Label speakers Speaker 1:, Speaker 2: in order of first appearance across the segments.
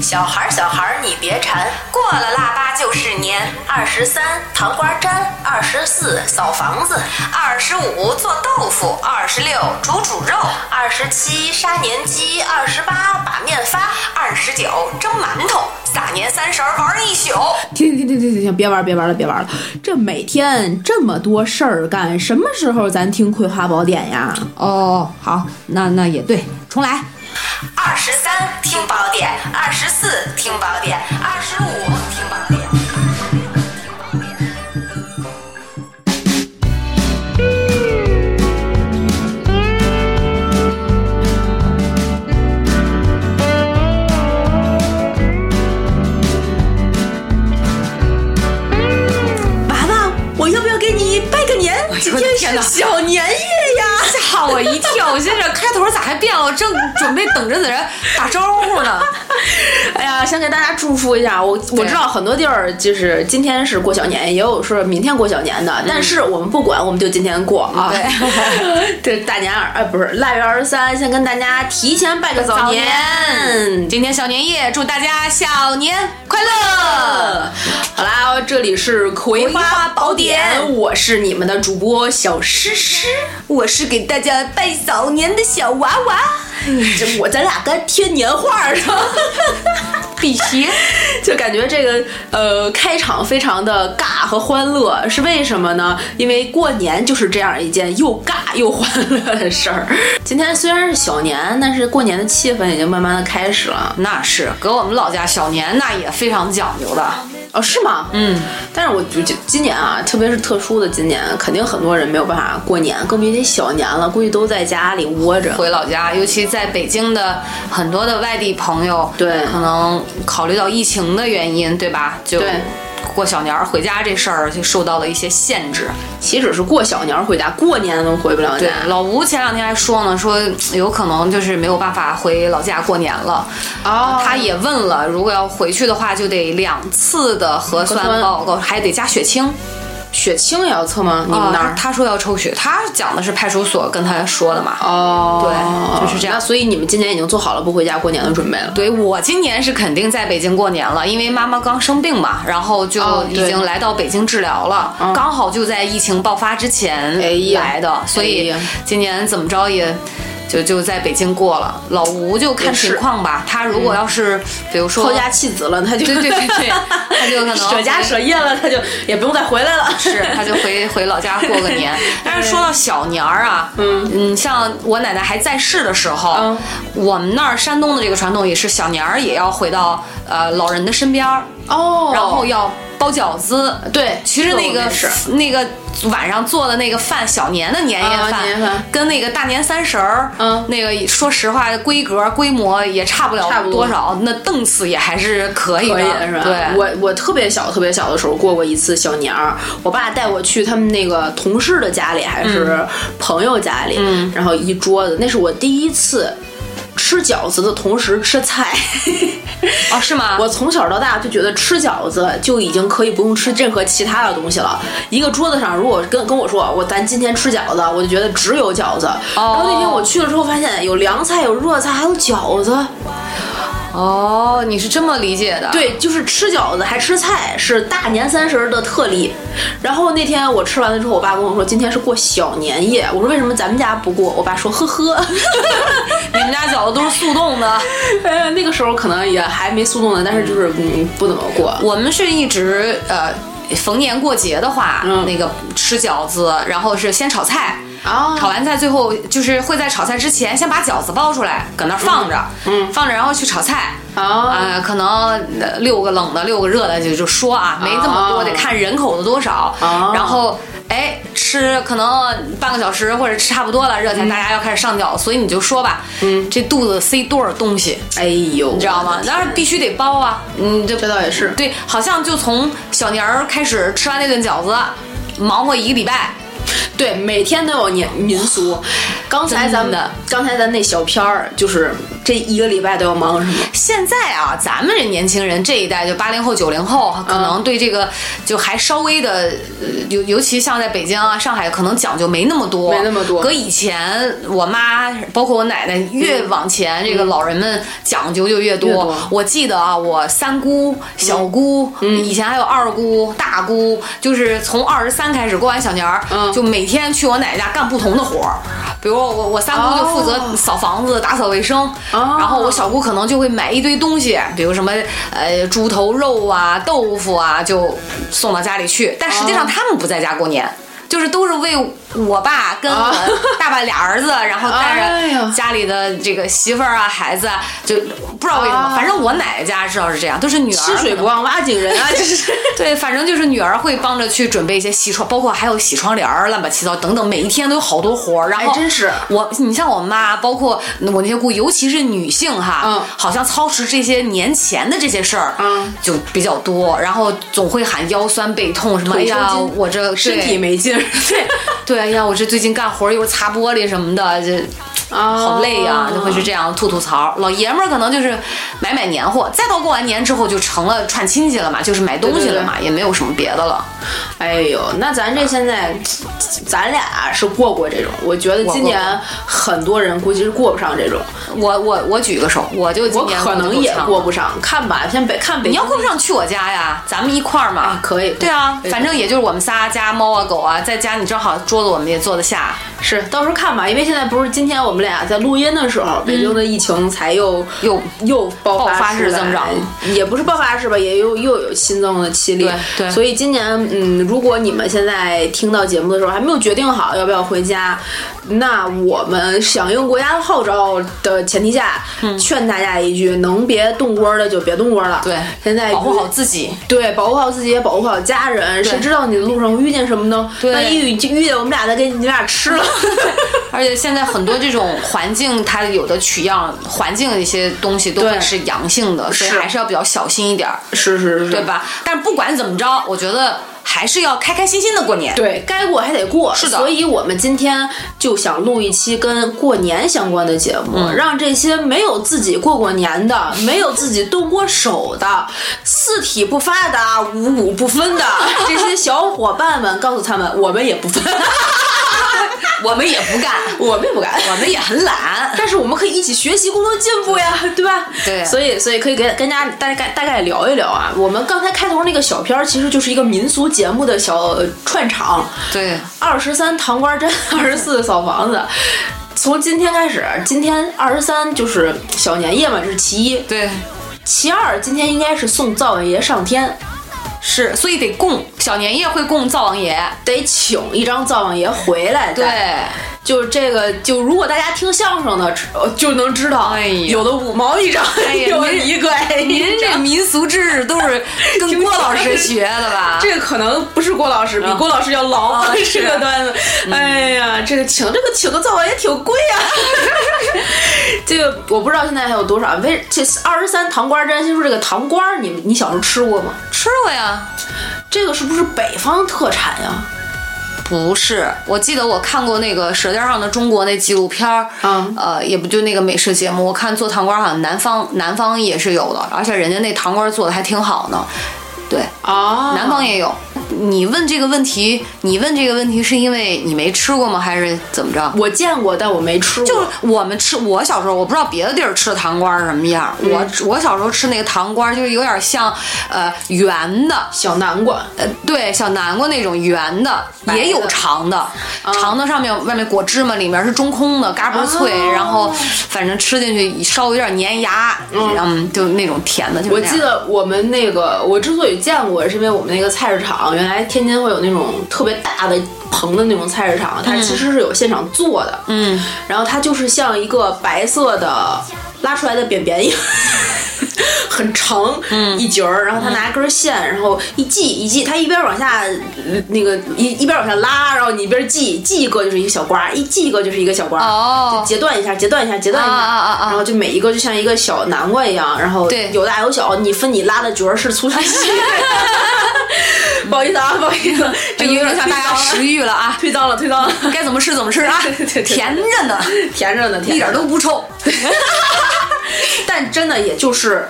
Speaker 1: 小孩儿，小孩儿，你别馋，过了腊八就是年。二十三糖瓜粘，二十四扫房子，二十五做豆腐，二十六煮煮肉，二十七杀年鸡，二十八把面发，二十九蒸馒头，大年三十儿玩儿一宿。
Speaker 2: 停停停停停停！别玩儿，别玩儿了，别玩儿了！这每天这么多事儿干，什么时候咱听《葵花宝典》呀？
Speaker 3: 哦，好，那那也对，重来。
Speaker 1: 二十三听宝典，二十四听宝典，二十五听宝典。
Speaker 2: 娃娃，我要不要给你拜个年？今天
Speaker 3: 天
Speaker 2: 是
Speaker 3: 哪
Speaker 2: 小年夜呀！
Speaker 3: 吓我一跳！我心这开头咋还变了？我正准备等着在这打招呼呢。
Speaker 2: 哎呀，先给大家祝福一下。我我知道很多地儿就是今天是过小年，也有是明天过小年的，
Speaker 3: 嗯
Speaker 2: 但是我们不管，我们就今天过啊。 对，这大年二呃不是腊月二十三，先跟大家提前拜个早年。
Speaker 3: 今天小年夜，祝大家小年快乐！
Speaker 2: 好啦，这里是《葵
Speaker 3: 葵花
Speaker 2: 花
Speaker 3: 宝
Speaker 2: 宝
Speaker 3: 典
Speaker 2: 典》，我是你们的主播小诗诗。
Speaker 3: 我是给大家拜早年的小娃娃，
Speaker 2: 这我咱俩该贴年画儿上。
Speaker 3: 比奇。
Speaker 2: 就感觉这个呃开场非常的尬和欢乐，是为什么呢？因为过年就是这样一件又尬又欢乐的事儿。今天虽然是小年，但是过年的气氛已经慢慢的开始了。
Speaker 3: 那是，搁我们老家小年那也非常讲究的。
Speaker 2: 哦，是吗？嗯。但是我觉得今年啊，特别是特殊的今年，肯定很多人没有办法过年，更别提小年了，估计都在家里窝着。
Speaker 3: 回老家，尤其在北京的很多的外地朋友，
Speaker 2: 对
Speaker 3: 可能考虑到疫情的原因，对吧？就
Speaker 2: 对
Speaker 3: 过小年儿回家这事儿就受到了一些限制。
Speaker 2: 岂止是过小年回家，过年都回不了家
Speaker 3: 对。，老吴前两天还说呢，说有可能就是没有办法回老家过年了。
Speaker 2: 哦
Speaker 3: 他也问了，如果要回去的话，就得两次的核
Speaker 2: 核
Speaker 3: 酸
Speaker 2: 酸
Speaker 3: 报告，还得加血清。
Speaker 2: 血清也要测吗？你
Speaker 3: 啊
Speaker 2: 们那儿？
Speaker 3: 他说要抽血，他讲的是派出所跟他说的嘛。
Speaker 2: 啊哦，
Speaker 3: 对就是这样
Speaker 2: 那所以你们今年已经做好了不回家过年的准备了。
Speaker 3: 对我今年是肯定在北京过年了，因为妈妈刚生病嘛，然后就
Speaker 2: 哦
Speaker 3: 已
Speaker 2: 对
Speaker 3: 经来到北京治疗了，
Speaker 2: 嗯
Speaker 3: 刚好就在疫情爆发之前
Speaker 2: 哎呀
Speaker 3: 来的，所以
Speaker 2: 哎呀
Speaker 3: 今年怎么着也。就就在北京过了，老吴就看
Speaker 2: 也是
Speaker 3: 情况吧。他如果要是，比如说
Speaker 2: 抛家弃子了，他就
Speaker 3: 对对对 对他就可能
Speaker 2: 舍家舍业了，他就也不用再回来了。
Speaker 3: 是，他就回回老家过个 年。但是说到小年儿啊，嗯像我奶奶还在世的时候，
Speaker 2: 嗯
Speaker 3: 我们那儿山东的这个传统也是小年儿也要回到呃老人的身边儿，
Speaker 2: 哦
Speaker 3: 然后要包饺子。
Speaker 2: 对，
Speaker 3: 其实
Speaker 2: 这
Speaker 3: 那
Speaker 2: 我们
Speaker 3: 个
Speaker 2: 也是
Speaker 3: 那个晚上做的那个饭，小年的年夜
Speaker 2: 啊
Speaker 3: 饭，
Speaker 2: 年夜饭
Speaker 3: 跟那个大年三十儿，
Speaker 2: 嗯
Speaker 3: 那个说实话，规格规模也差不了
Speaker 2: 差不多
Speaker 3: 多少，那档次也还是可以的，
Speaker 2: 可以的是吧？
Speaker 3: 对，
Speaker 2: 我我特别小特别小的时候过过一次小年儿，我爸带我去他们那个同事的家里还
Speaker 3: 嗯
Speaker 2: 是朋友家里，然后一桌子，那是我第一次吃饺子的同时吃菜。
Speaker 3: 哦，是吗？
Speaker 2: 我从小到大就觉得吃饺子就已经可以不用吃任何其他的东西了。一个桌子上，如果跟跟我说我咱今天吃饺子，我就觉得只有饺子。然
Speaker 3: 哦
Speaker 2: 后那天我去了之后，发现有凉菜、有热菜，还有饺子。
Speaker 3: 哦，你是这么理解的？
Speaker 2: 对，就是吃饺子还吃菜，是大年三十儿的特例。然后那天我吃完了之后，我爸跟我说今天是过小年夜。我说为什么咱们家不过？我爸说呵呵。
Speaker 3: 你们家饺子都是速冻的，
Speaker 2: 哎呀，那个时候可能也还没速冻呢，但是就是嗯不怎么过。
Speaker 3: 我们是一直呃，逢年过节的话，
Speaker 2: 嗯
Speaker 3: 那个吃饺子，然后是先炒菜。
Speaker 2: 啊
Speaker 3: 炒完菜，最后就是会在炒菜之前先把饺子包出来，搁那儿放着，嗯，放着，然后去炒菜。
Speaker 2: 啊
Speaker 3: 呃，可能呃六个冷的，六个热的，就就说啊，没这么多，
Speaker 2: 哦
Speaker 3: 得看人口的多少。
Speaker 2: 哦
Speaker 3: 然后，哎，吃可能半个小时或者吃差不多了，热菜大家要开始上饺子，所以你就说吧，嗯，这肚子塞多少东西，
Speaker 2: 哎呦，
Speaker 3: 你知道吗？当然必须得包啊，嗯，这
Speaker 2: 这倒也是
Speaker 3: 对，好像就从小年儿开始吃完那顿饺子，忙活一个礼拜，
Speaker 2: 对，每天都有年民俗。刚才咱们
Speaker 3: 真的
Speaker 2: 刚才咱那小片儿，就是这一个礼拜都要忙什么？
Speaker 3: 现在啊，咱们这年轻人这一代，就八零后、九零后，可能对这个就还稍微的，呃尤、尤其像在北京啊、上海，可能讲究没那么多，
Speaker 2: 没那么多
Speaker 3: 搁以前，我妈包括我奶奶，越往前，这个老人们讲究就越多。
Speaker 2: 越多
Speaker 3: 我记得啊，我三姑、小姑，
Speaker 2: 嗯
Speaker 3: 以前还有二姑、大姑，就是从二十三开始过完小年儿，
Speaker 2: 嗯
Speaker 3: 就每天去我奶奶家干不同的活儿。比如我我三姑就负责
Speaker 2: 哦
Speaker 3: 扫房子、打扫卫生，
Speaker 2: 哦
Speaker 3: 然后我小姑可能就会买一堆东西，比如什么呃猪头肉啊、豆腐啊，就送到家里去。但实际
Speaker 2: 哦
Speaker 3: 上他们不在家过年，就是都是为我爸跟我
Speaker 2: 啊
Speaker 3: 大爸俩儿子，然后
Speaker 2: 哎
Speaker 3: 带着
Speaker 2: 呀
Speaker 3: 家里的这个媳妇儿啊、孩子啊，就不知道为什么，
Speaker 2: 啊
Speaker 3: 反正我奶奶家知道是这样，都是女儿
Speaker 2: 吃水不忘挖井人啊，这是。
Speaker 3: 对，反正就是女儿会帮着去准备一些洗窗，包括还有洗窗帘儿、乱七八糟等等，每一天都有好多活儿。然后、
Speaker 2: 哎真是
Speaker 3: 我，你像我妈，包括我那些姑，尤其是女性哈，
Speaker 2: 嗯
Speaker 3: 好像操持这些年前的这些事儿，
Speaker 2: 嗯，
Speaker 3: 就比较多，然后总会喊腰酸背痛什么，
Speaker 2: 腿
Speaker 3: 哎呀
Speaker 2: 抽筋，
Speaker 3: 我这
Speaker 2: 身体。
Speaker 3: 对
Speaker 2: 没劲儿，对
Speaker 3: 对，哎呀，我这最近干活儿一会儿擦玻璃什么的，这
Speaker 2: 啊
Speaker 3: 好累呀、就会是这样吐吐槽。老爷们儿可能就是买买年货，再到过完年之后就成了串亲戚了嘛，就是买东西了嘛，也没有什么别的了。
Speaker 2: 哎呦，那咱这现在，咱俩是过过这种，我觉得
Speaker 3: 过
Speaker 2: 今年很多人估计是过不上这种，
Speaker 3: 我我我举个手，我就今
Speaker 2: 我
Speaker 3: 年
Speaker 2: 可能也
Speaker 3: 就
Speaker 2: 过
Speaker 3: 不上。
Speaker 2: 不上，看吧，先北看北
Speaker 3: 你
Speaker 2: 京
Speaker 3: 要过不上去我家呀，咱们一块儿嘛。
Speaker 2: 啊可以可以
Speaker 3: 对啊，
Speaker 2: 可以
Speaker 3: 反正也就是我们仨加猫啊狗啊，在家你正好桌子我们也坐得下。
Speaker 2: 是到时候看吧，因为现在不是今天我们俩在录音的时候，北京的疫情才又
Speaker 3: 嗯又
Speaker 2: 又爆
Speaker 3: 爆发
Speaker 2: 式
Speaker 3: 式增长，
Speaker 2: 也不是爆发式吧，也又又有新增的七例
Speaker 3: 对，对
Speaker 2: 所以今年嗯，如果你们现在听到节目的时候还没有决定好要不要回家，那我们响应国家的号召的前提下，
Speaker 3: 嗯
Speaker 2: 劝大家一句，能别动窝的就别动窝了，
Speaker 3: 对
Speaker 2: 现在
Speaker 3: 保护好
Speaker 2: 自。
Speaker 3: 自己。
Speaker 2: 哎对，保护好自己，也保护好家人。谁知道你路上遇见什么呢？
Speaker 3: 对
Speaker 2: 万一遇遇见我们俩再给你俩吃 了。
Speaker 3: 而且现在很多这种环境，它有的取样环境的一些东西都
Speaker 2: 对
Speaker 3: 会是阳性的，所以
Speaker 2: 是
Speaker 3: 还是要比较小心一点儿，
Speaker 2: 是是是，
Speaker 3: 对？吧？但是不管怎么着，我觉得还是要开开心心的过年。
Speaker 2: 对该过还得过，
Speaker 3: 是的
Speaker 2: 所以我们今天就想录一期跟过年相关的节目，
Speaker 3: 嗯
Speaker 2: 让这些没有自己过过年的、没有自己动过手的、四体不发达、五谷不分的 这些小伙伴们，告诉他们，我们也不分，
Speaker 3: 我们也不 干，
Speaker 2: 我们也不敢。
Speaker 3: 我们也很懒。
Speaker 2: 但是我们可以一起学习，共同进步 呀，对吧？
Speaker 3: 对
Speaker 2: 所以所以可以给跟大家大概大概聊一聊啊。我们刚才开头那个小片儿，其实就是一个民俗节目的小呃串场。
Speaker 3: 对，
Speaker 2: 二十三 糖瓜针，二十四 扫房子。从今天开始，今天二十三就是小年夜嘛，这是其一。
Speaker 3: 对，
Speaker 2: 其二，今天应该是送灶王爷上天，
Speaker 3: 是，所以得供小年夜会供灶王爷。
Speaker 2: 得请一张灶王爷回来。
Speaker 3: 对，，
Speaker 2: 就是这个，就如果大家听相声的，呃就能知道，
Speaker 3: 哎呀
Speaker 2: 有的五毛一张，
Speaker 3: 哎呀
Speaker 2: 有的
Speaker 3: 您
Speaker 2: 一块。
Speaker 3: 您这民俗知识都是跟郭老师学的 吧？
Speaker 2: 这个可能不是郭老师，比
Speaker 3: 啊
Speaker 2: 郭老师要牢，
Speaker 3: 啊嗯
Speaker 2: 这个
Speaker 3: 是
Speaker 2: 段子。哎呀，这个请这个请个灶王爷挺贵 呀、这个我不知道现在还有多少。为这二十三糖瓜粘，先说这个糖瓜儿，你们你小时候吃过吗？
Speaker 3: 吃过呀？
Speaker 2: 这个是不是北方特产呀？
Speaker 3: 不是，我记得我看过那个《舌尖上的中国》那纪录片儿，
Speaker 2: 嗯
Speaker 3: 呃，也不就那个美食节目，我看做糖瓜儿好像南方南方也是有的，而且人家那糖瓜儿做的还挺好呢。对，
Speaker 2: 啊
Speaker 3: 南方也有。你问这个问题，你问这个问题是因为你没吃过吗？还是怎么着？
Speaker 2: 我见过，但我没吃过。
Speaker 3: 就是我们吃，我小时候我不知道别的地儿吃的糖瓜儿是什么样儿，
Speaker 2: 嗯
Speaker 3: 我我小时候吃那个糖瓜儿就是有点像，呃，圆的，
Speaker 2: 小南瓜，
Speaker 3: 呃，对，小南瓜那种圆的，
Speaker 2: 白的嗯
Speaker 3: 也有长的，长的上面外面裹芝麻，里面是中空的，嘎嘣脆，
Speaker 2: 哦
Speaker 3: 然后反正吃进去稍微有点粘牙，嗯，就那种甜的，就是
Speaker 2: 我
Speaker 3: 那样
Speaker 2: 记得我们那个，我之所以见过，是因为我们那个菜市场，原来天津会有那种特别大的棚的那种菜市场，它其实是有现场做的，
Speaker 3: 嗯，
Speaker 2: 然后它就是像一个白色的拉出来的扁扁也很长，
Speaker 3: 嗯
Speaker 2: 一截儿，然后他拿根线，然后一系一系，他一边往下呃那个一一边往下拉，然后你一边系系一个就是一个小瓜，一系一个就是一个小瓜，
Speaker 3: 哦
Speaker 2: 就截断一下，截断一下，截断一下，
Speaker 3: 啊啊啊啊
Speaker 2: 然后就每一个就像一个小南瓜一样，然后
Speaker 3: 对
Speaker 2: 有大有小，你分你拉的角儿是粗是细。 不好意思啊，不好意思，这个
Speaker 3: 哎有点像大家食欲 了啊，
Speaker 2: 推脏了，推脏了，
Speaker 3: 该怎么吃怎么吃啊
Speaker 2: 对对对对，
Speaker 3: 甜着呢，
Speaker 2: 甜着呢，
Speaker 3: 一
Speaker 2: 甜着
Speaker 3: 点
Speaker 2: 呢
Speaker 3: 都不臭。
Speaker 2: 但真的也就是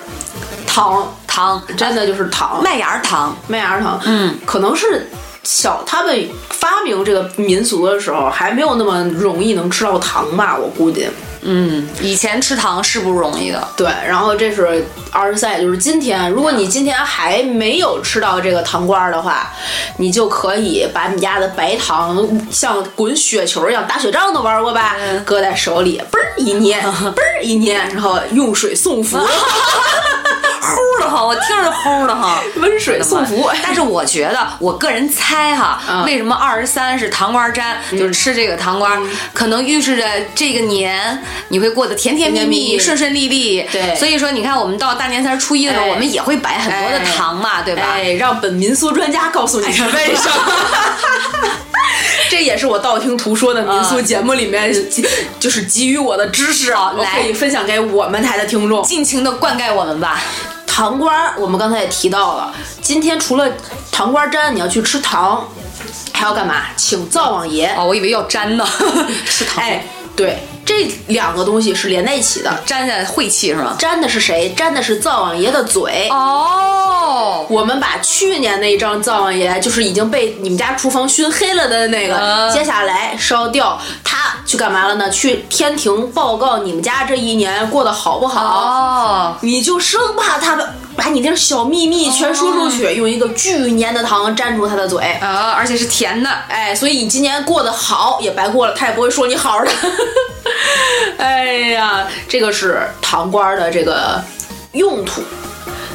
Speaker 2: 糖，
Speaker 3: 糖，
Speaker 2: 真的就是糖，
Speaker 3: 麦芽儿糖，
Speaker 2: 麦芽糖，
Speaker 3: 嗯，
Speaker 2: 可能是小他们发明这个民俗的时候还没有那么容易能吃到糖吧，我估计。
Speaker 3: 嗯，以前吃糖是不容易的，
Speaker 2: 对，然后这是二十三，也就是今天。如果你今天还没有吃到这个糖瓜的话，你就可以把你家的白糖像滚雪球一样，打雪仗都玩过吧？搁在手里，嘣儿一 捏，嘣儿一捏，然后用水送 服，
Speaker 3: 齁的慌，我听着齁的慌。
Speaker 2: 温水送服。
Speaker 3: 但是我觉得，我个人猜哈，
Speaker 2: 嗯
Speaker 3: 为什么二十三是糖瓜粘，就是吃这个糖瓜，可能预示着这个年你会过得甜甜蜜蜜、
Speaker 2: 甜甜蜜蜜
Speaker 3: 顺顺利利。
Speaker 2: 对
Speaker 3: 所以说你看，我们到大年三十初一的时候，
Speaker 2: 哎
Speaker 3: 我们也会摆很多的糖嘛，对吧？
Speaker 2: 哎，让本民俗专家告诉你是哎为什么。 这也是我道听途说的民俗节目里面，给就是给予我的知识啊，我
Speaker 3: 来
Speaker 2: 可以分享给我们台的听众。
Speaker 3: 尽情的灌溉我们吧。
Speaker 2: 糖瓜儿，我们刚才也提到了，今天除了糖瓜粘，你要去吃糖，还要干嘛？请灶王爷。
Speaker 3: 哦，我以为要粘呢， 吃糖，
Speaker 2: 哎，对，这两个东西是连在一起的。
Speaker 3: 粘下来晦气是吗？
Speaker 2: 粘的是谁？粘的是灶王爷的嘴。
Speaker 3: 哦，
Speaker 2: 我们把去年那一张灶王爷，就是已经被你们家厨房熏黑了的那个，
Speaker 3: 啊
Speaker 2: 接下来烧掉。他去干嘛了呢？去天庭报告你们家这一年过得好不好。
Speaker 3: 哦，
Speaker 2: 你就生怕他把把你那小秘密全说出去，用一个巨粘的糖粘住他的嘴。
Speaker 3: 啊，而且是甜的。
Speaker 2: 哎，所以你今年过得好也白过了，他也不会说你好的。 哎呀，这个是糖官儿的这个用途。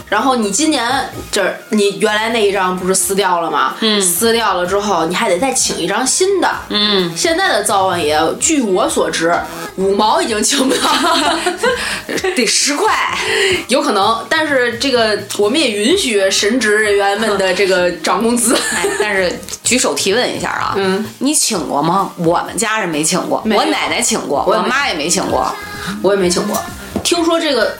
Speaker 2: 然后你今年这儿你原来那一张不是撕掉了吗？嗯，撕掉了之后你还得再请一张新的。
Speaker 3: 嗯，
Speaker 2: 现在的灶王爷，据我所知，五毛已经请不到了，
Speaker 3: 得十块。
Speaker 2: 有可能。但是这个我们也允许神职人员们的这个涨工资。
Speaker 3: 哎，但是举手提问一下啊，
Speaker 2: 嗯，
Speaker 3: 你请过吗？我们家是没请过，
Speaker 2: 没有
Speaker 3: 我奶奶请过，
Speaker 2: 我
Speaker 3: 我
Speaker 2: 也没
Speaker 3: 妈也没请过。
Speaker 2: 我也没请过。听说这个，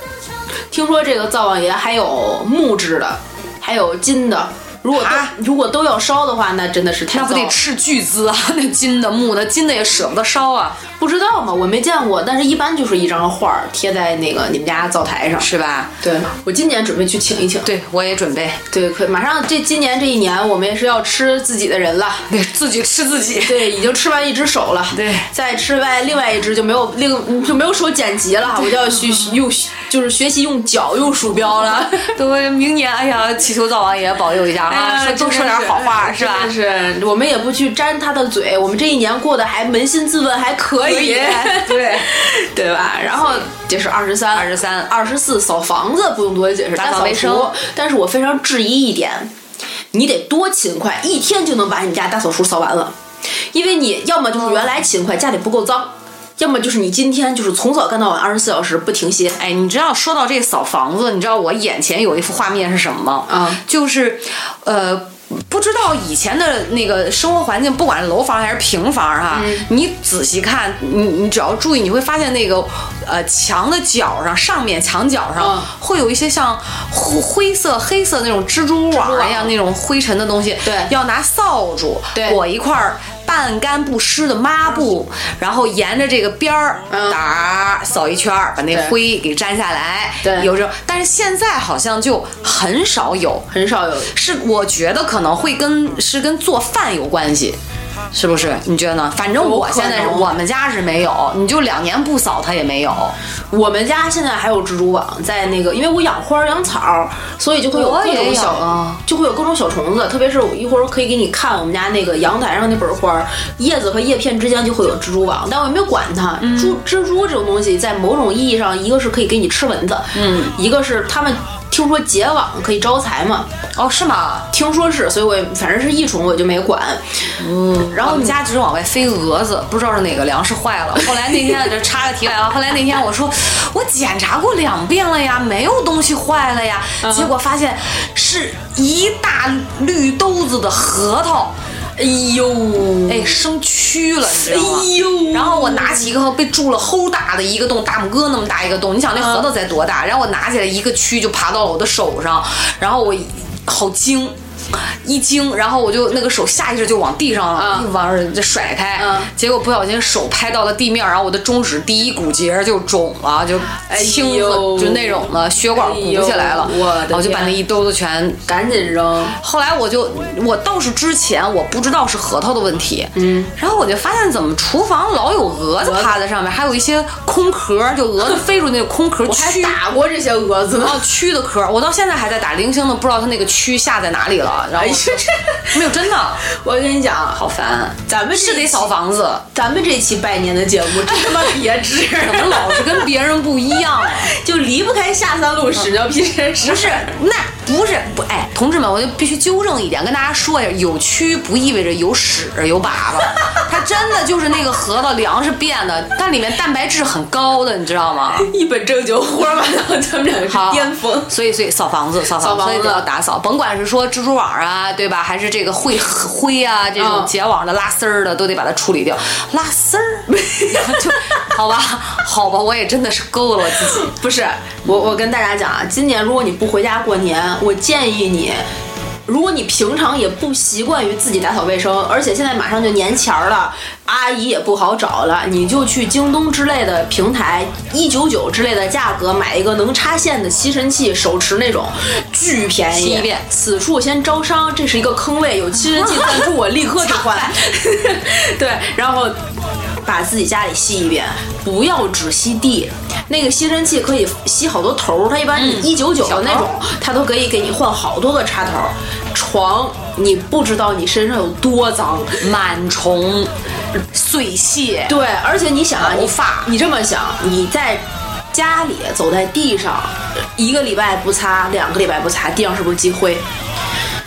Speaker 2: 听说这个灶王爷还有木质的，还有金的。如果都、
Speaker 3: 啊
Speaker 2: 如果都要烧的话，那真的是太
Speaker 3: 那不
Speaker 2: 糟
Speaker 3: 得
Speaker 2: 了
Speaker 3: 斥巨资啊！ 那金的、木的，金的也舍不得烧啊，
Speaker 2: 不知道嘛，我没见过。但是一般就是一张画儿贴在那个你们家灶台上。
Speaker 3: 是吧？
Speaker 2: 对，我今年准备去请一请。
Speaker 3: 对，我也准备
Speaker 2: 对，可马上这今年这一年，我们也是要吃自己的人了。
Speaker 3: 得自己吃 自己。
Speaker 2: 对，已经吃完一只手了。
Speaker 3: 对
Speaker 2: 再吃完另外一只就没有另就没有手剪辑了，我就要学用就是学习用脚用鼠标了。
Speaker 3: 对，明年哎呀，祈求灶王爷保佑一
Speaker 2: 哎
Speaker 3: 下啊，说多说点好话
Speaker 2: 是哎
Speaker 3: 吧？
Speaker 2: 是，我们也不去沾他的嘴，我们这一年过得还扪心自问还可 以，
Speaker 3: 对，
Speaker 2: 对吧？然后这是二十三，
Speaker 3: 二十三，
Speaker 2: 二十四扫房子不用多解释，
Speaker 3: 打
Speaker 2: 大
Speaker 3: 扫
Speaker 2: 扫
Speaker 3: 卫
Speaker 2: 除
Speaker 3: 生。
Speaker 2: 但是我非常质疑一点，你得多勤快，一天就能把你家大扫除扫完了，因为你要么就是原
Speaker 3: 哦
Speaker 2: 来勤快，家里不够脏。要么就是你今天就是从早干到晚，二十四小时不停歇。
Speaker 3: 哎，你知道说到这扫房子，你知道我眼前有一幅画面是什么吗？
Speaker 2: 嗯
Speaker 3: 就是，呃。不知道以前的那个生活环境，不管是楼房还是平房哈、
Speaker 2: 嗯
Speaker 3: 你仔细看，你你只要注意，你会发现那个呃墙的角上，上面墙角上、
Speaker 2: 嗯
Speaker 3: 会有一些像灰灰色、黑色那种蜘蛛网
Speaker 2: 蛛网
Speaker 3: 一样那种灰尘的东西，
Speaker 2: 对
Speaker 3: 要拿扫帚
Speaker 2: 对
Speaker 3: 裹一块儿半干不湿的抹布，然后沿着这个边儿
Speaker 2: 嗯
Speaker 3: 打扫一圈儿，把那
Speaker 2: 对
Speaker 3: 灰给粘下来。
Speaker 2: 对
Speaker 3: 有这种，但是现在好像就很少有。
Speaker 2: 很少有
Speaker 3: 是，我觉得可能会跟是跟做饭有关系，是不是？你觉得呢？反正
Speaker 2: 有
Speaker 3: 我
Speaker 2: 可
Speaker 3: 现在是
Speaker 2: 能
Speaker 3: 我们家是没有，你就两年不扫它也没有。
Speaker 2: 我们家现在还有蜘蛛网，在那个，因为我养花儿养草儿，所以就会有
Speaker 3: 我
Speaker 2: 各
Speaker 3: 也
Speaker 2: 种
Speaker 3: 养
Speaker 2: 小，
Speaker 3: 啊
Speaker 2: 就会有各种小虫子。特别是我一会儿可以给你看我们家那个阳台上那本花儿，叶子和叶片之间就会有蜘蛛网，但我也没有管它。
Speaker 3: 嗯
Speaker 2: 蜘蜘蛛这种东西，在某种意义上，一个是可以给你吃蚊子，嗯，一个是它们听说结网可以招财嘛，
Speaker 3: 哦，是吗？
Speaker 2: 听说是，所以我也反正是益虫，我就没管。嗯，然
Speaker 3: 然后我
Speaker 2: 后
Speaker 3: 们
Speaker 2: 你
Speaker 3: 家只是往外飞蛾子，不知道是哪个粮食坏了。后来那天就插个题外话，后来那天我说我检查过两遍了呀，没有东西坏了呀，结果发现是一大绿兜子的核桃，
Speaker 2: 哎呦，
Speaker 3: 哎，生蛆了，你知道吗？
Speaker 2: 哎呦
Speaker 3: 然后我拿起一个被蛀了齁大的一个洞，大拇哥那么大一个洞，你想
Speaker 2: 嗯
Speaker 3: 那核桃才多大？然后我拿起来一个蛆就爬到了我的手上，然后我好惊。一惊，然后我就那个手下意识就往地上了，
Speaker 2: 嗯
Speaker 3: 往那儿就甩开，
Speaker 2: 嗯
Speaker 3: 结果不小心手拍到了地面，然后我的中指第一骨节就肿了，就
Speaker 2: 哎
Speaker 3: 青子、
Speaker 2: 呦
Speaker 3: 就那种了，血管鼓起来了，
Speaker 2: 哎呦我的
Speaker 3: 然后就把
Speaker 2: 天
Speaker 3: 那一兜子全
Speaker 2: 赶紧扔。
Speaker 3: 后来我就，我倒是之前我不知道是核桃的问题，嗯，然后我就发现怎么厨房老有蛾子趴在上面，还有一些空壳，就蛾子飞出那个空壳
Speaker 2: 我还
Speaker 3: 蛆，
Speaker 2: 打过这些蛾子
Speaker 3: 然
Speaker 2: 呢。
Speaker 3: 后蛆的壳，我到现在还在打零星的，不知道它那个蛆下在哪里了，然
Speaker 2: 哎
Speaker 3: 后
Speaker 2: 呀，这
Speaker 3: 没有真的，
Speaker 2: 我跟你讲，啊
Speaker 3: 好烦，
Speaker 2: 咱们这
Speaker 3: 是
Speaker 2: 一
Speaker 3: 得
Speaker 2: 期
Speaker 3: 扫房子，
Speaker 2: 咱们这期拜年的节目真他妈别 致，
Speaker 3: 怎么老是跟别人不一样啊？
Speaker 2: 就离不开下三路屎尿屁这事。
Speaker 3: 嗯不是，那不是不哎，同志们，我就必须纠正一点，跟大家说一下，有蛆不意味着有屎有粑粑，它真的就是那个核桃粮食变的，但里面蛋白质很高的，你知道吗？
Speaker 2: 一本正经胡说八道，咱们两个
Speaker 3: 好
Speaker 2: 是巅峰。
Speaker 3: 所以所以扫房子，扫
Speaker 2: 扫
Speaker 3: 房子，
Speaker 2: 房
Speaker 3: 所以得
Speaker 2: 子
Speaker 3: 要打扫，甭管是说蜘蛛网啊，对吧，还是这个灰灰啊，这种
Speaker 2: 嗯
Speaker 3: 结网的、拉丝儿的，都得把它处理掉。拉丝儿， 就好吧，好吧，我也真的是够了我自己。
Speaker 2: 不是，我我跟大家讲啊，今年如果你不回家过年，我建议你。如果你平常也不习惯于自己打扫卫生，而且现在马上就年前儿了，阿姨也不好找了，你就去京东之类的平台，一九九之类的价格买一个能插线的吸尘器，手持那种，巨便宜。
Speaker 3: 吸一遍
Speaker 2: 此处先招商，这是一个坑位，有吸尘器赞助我立刻置换。 对，然后把自己家里吸一遍，不要只吸地。那个吸尘器可以吸好多头儿，它一般一九九的那种，它都可以给你换好多个插头儿。床，你不知道你身上有多脏。
Speaker 3: 螨虫、碎屑，
Speaker 2: 对，而且你想啊，你
Speaker 3: 头发
Speaker 2: 你这么想，你在家里走在地上，一个礼拜不擦，两个礼拜不擦，地上是不是积灰？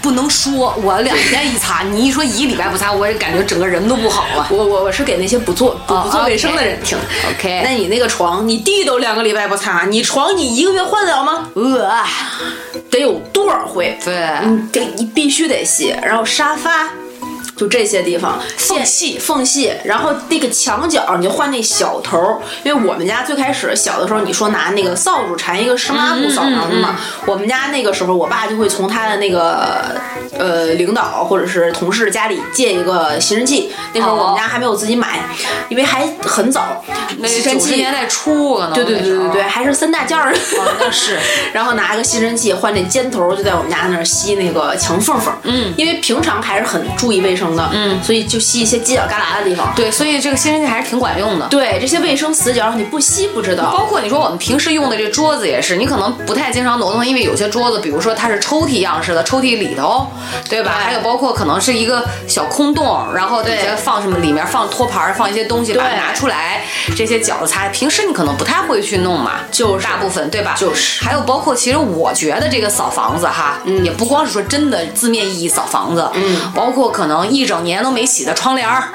Speaker 3: 不能说，我两天一擦，你一说一礼拜不擦，我也感觉整个人都不好了。
Speaker 2: 我我我是给那些不做不
Speaker 3: 啊哦
Speaker 2: 不做卫生的
Speaker 3: OK
Speaker 2: 人听。
Speaker 3: OK
Speaker 2: 那你那个床，你地都两个礼拜不擦，你床你一个月换得了吗？
Speaker 3: 呃，
Speaker 2: 得有多少回？
Speaker 3: 对
Speaker 2: 嗯，得你必须得洗。然后沙发，就这些地方
Speaker 3: 缝隙
Speaker 2: 线缝隙，然后那个墙角你就换那小头儿，因为我们家最开始小的时候，你说拿那个扫帚缠一个湿抹布扫房子
Speaker 3: 嗯
Speaker 2: 嘛，我们家那个时候，我爸就会从他的那个呃领导或者是同事家里借一个吸尘器，那时
Speaker 3: 哦
Speaker 2: 候我们家还没有自己买，因为还很早，
Speaker 3: 那
Speaker 2: 吸
Speaker 3: 九
Speaker 2: 尘
Speaker 3: 十
Speaker 2: 器
Speaker 3: 年代初可能
Speaker 2: 对对对对对，
Speaker 3: 那时
Speaker 2: 还是三大件儿。
Speaker 3: 候，哦那是
Speaker 2: 然后拿个吸尘器换那尖头，就在我们家那儿吸那个墙缝缝。嗯，因为平常还是很注意卫生的，嗯，所以就吸一些犄角旮旯的地方。
Speaker 3: 对，所以这个吸尘器还是挺管用的。
Speaker 2: 对，这些卫生死角你不吸不知道。
Speaker 3: 包括你说我们平时用的这桌子也是，你可能不太经常挪动，因为有些桌子，比如说它是抽屉样式的，抽屉里头，对吧？
Speaker 2: 对
Speaker 3: 还有包括可能是一个小空洞，然后底下
Speaker 2: 对
Speaker 3: 放什么，里面放托盘儿，放一些东西，把它
Speaker 2: 对
Speaker 3: 拿出来，这些角子擦。平时你可能不太会去弄嘛，
Speaker 2: 就是
Speaker 3: 大部分对吧？
Speaker 2: 就是嗯
Speaker 3: 还有包括，其实我觉得这个扫房子哈，也不光是说真的字面意义扫房子，嗯，包括可能一整年都没洗的窗帘儿、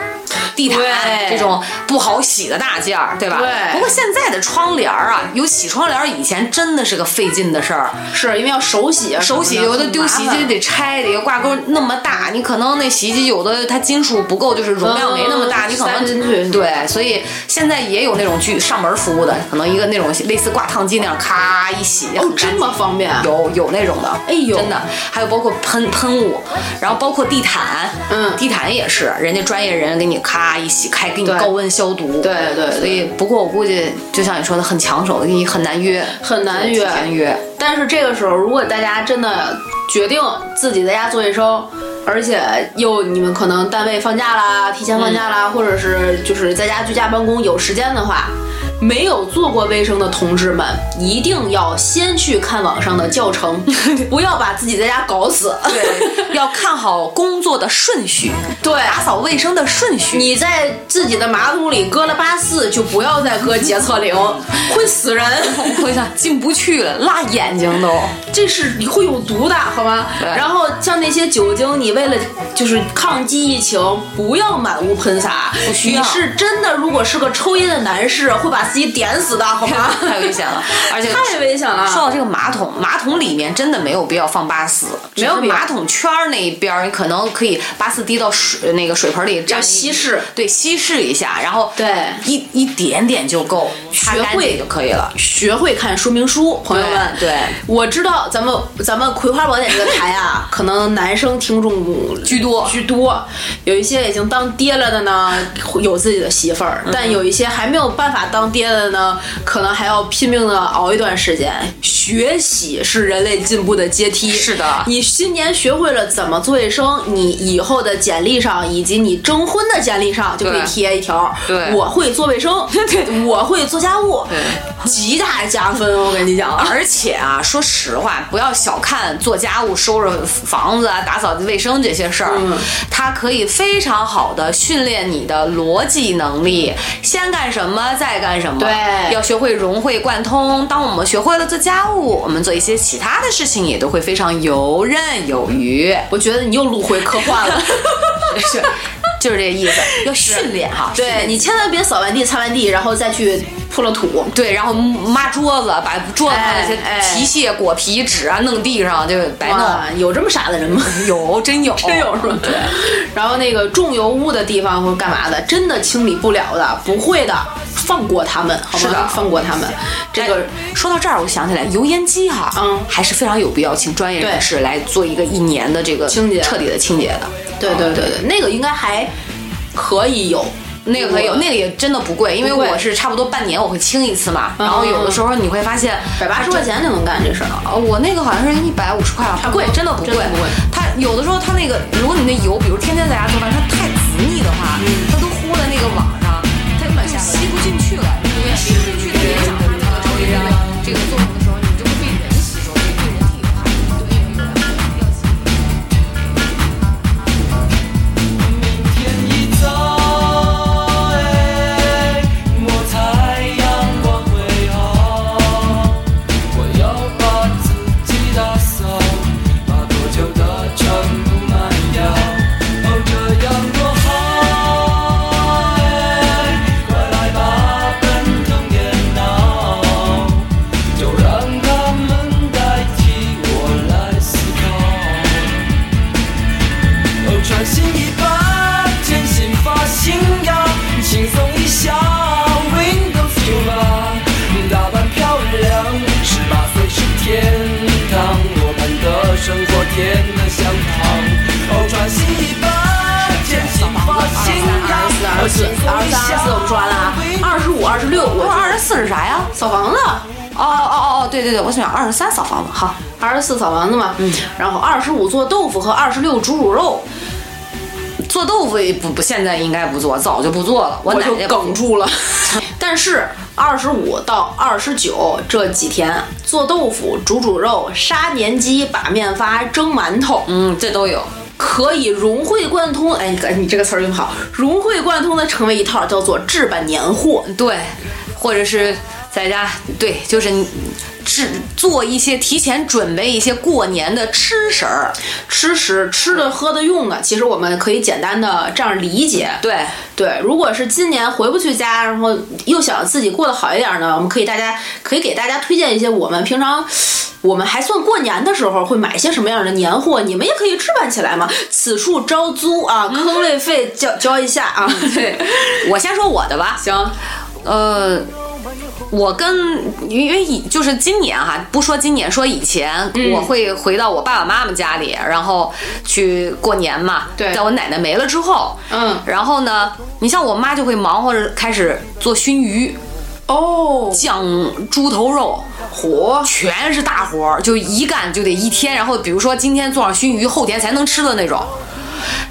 Speaker 3: 地毯
Speaker 2: 对
Speaker 3: 这种不好洗的大件儿，对吧？
Speaker 2: 对
Speaker 3: 不过现在的窗帘儿啊，有洗窗帘儿以前真的是个费劲的事儿，
Speaker 2: 是因为要手洗啊什么
Speaker 3: 手
Speaker 2: 的，
Speaker 3: 洗有的丢洗衣机
Speaker 2: 很麻
Speaker 3: 得拆，得挂钩那么大，你可能那洗衣机有的它金属不够，就是容量没那么大，
Speaker 2: 嗯
Speaker 3: 你可
Speaker 2: 塞不进
Speaker 3: 能
Speaker 2: 去
Speaker 3: 对，所以现在也有那种去上门服务的，可能一个那种类似挂烫机那样，咔一洗，
Speaker 2: 烦
Speaker 3: 很
Speaker 2: 哦，
Speaker 3: 干
Speaker 2: 这
Speaker 3: 净
Speaker 2: 么方便。
Speaker 3: 有有那种的，
Speaker 2: 哎呦
Speaker 3: 真的，还有包括喷喷雾，然后包括地毯，
Speaker 2: 嗯
Speaker 3: 地毯也是，人家专业人给你咔一洗开，给你
Speaker 2: 对
Speaker 3: 高温消毒，
Speaker 2: 对对对
Speaker 3: 所以不过我估计就像你说的，很抢手的，你很难约，
Speaker 2: 很难约
Speaker 3: 提前约，
Speaker 2: 但是这个时候，如果大家真的决定自己在家做卫生，而且又你们可能单位放假啦、提前放假啦，或者是就是在家居家办公有时间的话，没有做过卫生的同志们，一定要先去看网上的教程，不要把自己在家搞死。
Speaker 3: 对，要看好工作的顺序，
Speaker 2: 对，
Speaker 3: 打扫卫生的顺序。
Speaker 2: 你在自己的马桶里搁了八四，就不要再搁洁厕灵，会死人。
Speaker 3: 我想进不去了，辣眼睛都。
Speaker 2: 这是你会有毒的，好吗？然后像那些酒精，你为了就是抗击疫情，不要满屋喷洒。
Speaker 3: 不需要
Speaker 2: 你是真的，如果是个抽烟的男士，会把自己点死的，好吗？
Speaker 3: 太危险了，而且
Speaker 2: 太危险了。
Speaker 3: 说到这个马桶，马桶里面真的没有必要放八四，
Speaker 2: 没有
Speaker 3: 只
Speaker 2: 必要
Speaker 3: 是马桶圈儿那一边儿，你可能可以八四滴到水那个水盆里，这
Speaker 2: 要
Speaker 3: 样
Speaker 2: 稀释，
Speaker 3: 对，稀释一下，然后
Speaker 2: 对
Speaker 3: 一一点点就够，擦
Speaker 2: 学
Speaker 3: 干
Speaker 2: 会
Speaker 3: 净就可以了。
Speaker 2: 学会看说明书，朋友们。
Speaker 3: 对对
Speaker 2: 我知道咱们咱们葵花宝典这个台 啊，可能男生听众
Speaker 3: 居多
Speaker 2: 居多，有一些已经当爹了的呢，有自己的媳妇儿，
Speaker 3: 嗯
Speaker 2: 但有一些还没有办法当爹的呢，可能还要拼命的熬一段时间。学习是人类进步的阶梯，
Speaker 3: 是的
Speaker 2: 你今年学会了怎么做卫生，你以后的简历上以及你征婚的简历上就可以
Speaker 3: 对
Speaker 2: 贴一条，
Speaker 3: 对
Speaker 2: 我会做卫 生，对，我会做家务，
Speaker 3: 对
Speaker 2: 极大加分，我跟你讲。
Speaker 3: 而且啊，说实话，不要小看做家务、收拾房子啊、打扫卫生这些事儿，
Speaker 2: 嗯
Speaker 3: 它可以非常好的训练你的逻辑能力，先干什么再干什么。
Speaker 2: 对
Speaker 3: 要学会融会贯通。当我们学会了做家务，我们做一些其他的事情也都会非常游刃有余。
Speaker 2: 我觉得你又录回科幻了，
Speaker 3: 是，就是这意思，要训练哈。训
Speaker 2: 对
Speaker 3: 练
Speaker 2: 你千万别扫完地、擦完地，然后再去铺了土。
Speaker 3: 对，然后抹桌子，把桌子上那些
Speaker 2: 哎哎
Speaker 3: 皮屑、果皮、纸啊弄地上，就白弄。哦
Speaker 2: 哇，有这么傻的人吗？
Speaker 3: 有，真有，
Speaker 2: 真有是吗？对。然后那个重油污的地方或者干嘛的，真的清理不了的，不会的，放过他们，好
Speaker 3: 是
Speaker 2: 吗
Speaker 3: 的？
Speaker 2: 放过他们。这个
Speaker 3: 哎说到这儿，我想起来油烟机哈，
Speaker 2: 嗯
Speaker 3: 还是非常有必要请专业人士来做一个一年的这个
Speaker 2: 清洁
Speaker 3: 彻底的清洁的。
Speaker 2: 对对对对，那个应该还可以有，
Speaker 3: 那个可以有，
Speaker 2: 我
Speaker 3: 那个也真的不贵，因为
Speaker 2: 不贵
Speaker 3: 我是差不多半年我会清一次嘛。
Speaker 2: 嗯
Speaker 3: 然后有的时候你会发现，
Speaker 2: 百八十块钱就能干这事儿了。
Speaker 3: 哦，我那个好像是一百五十块吧，
Speaker 2: 不贵
Speaker 3: 真的不贵。
Speaker 2: 真的不贵
Speaker 3: 它有的时候它那个，如果你那油，比如天天在家做饭，它太滋腻的话，它都糊在那个网上，嗯它根本就吸不进去了，你就吸不进去，它影响它那个抽烟这个作用的时候，你就会被人吸收，对人体的话，对那个要吸收。
Speaker 4: 天一早，哎，我猜阳光会好。我要把自己打扫，把多久的全部卖掉。哦，这样多好，哎，快来吧，奔腾电脑，就让它们代替我来思考。哦，穿新衣吧，全新发型呀，轻松一下，Windows 九八，打扮漂亮，十八岁是天堂，我们的生活甜得像糖。哦，穿新衣吧，全新发型呀，
Speaker 2: 二十三、二十四、二十三、二十四，我们说完了啊。二十五、二十六，我
Speaker 3: 不是二十四是啥呀？
Speaker 2: 扫房子，
Speaker 3: 哦哦哦，对对对，我想二十三扫房子，好，
Speaker 2: 二十四扫房子嘛。嗯。然后二十五做豆腐和二十六煮煮肉，
Speaker 3: 做豆腐也不不，现在应该不做，早就不做了。我
Speaker 2: 我
Speaker 3: 奶
Speaker 2: 就
Speaker 3: 奶
Speaker 2: 梗住了。 但是二十五到二十九这几天，做豆腐、煮煮肉、杀年鸡、把面发、蒸馒头，
Speaker 3: 嗯，这都有。
Speaker 2: 可以融会贯通。哎，你你这个词儿用得好，融会贯通的成为一套，叫做置办年货。
Speaker 3: 对，或者是在家，对，就是你制做一些提前准备一些过年的吃食儿，
Speaker 2: 吃食、吃的、喝的、用的，其实我们可以简单的这样理解。
Speaker 3: 对，
Speaker 2: 对，如果是今年回不去家，然后又想自己过得好一点呢，我们可以大家可以给大家推荐一些我们平常。我们还算过年的时候会买些什么样的年货？你们也可以置办起来嘛。此处招租啊，坑位费交交一下啊。对，
Speaker 3: 我先说我的吧。
Speaker 2: 行，
Speaker 3: 呃，我跟因为以就是今年哈，不说今年，说以前、
Speaker 2: 嗯
Speaker 3: 我会回到我爸爸妈妈家里，然后去过年嘛。
Speaker 2: 对
Speaker 3: 在我奶奶没了之后，
Speaker 2: 嗯
Speaker 3: 然后呢，你像我妈就会忙活着开始做熏鱼、
Speaker 2: 哦，
Speaker 3: 酱猪头肉。
Speaker 2: 火
Speaker 3: 全是大活儿，就一干就得一天。然后比如说今天做上熏鱼，后天才能吃的那种。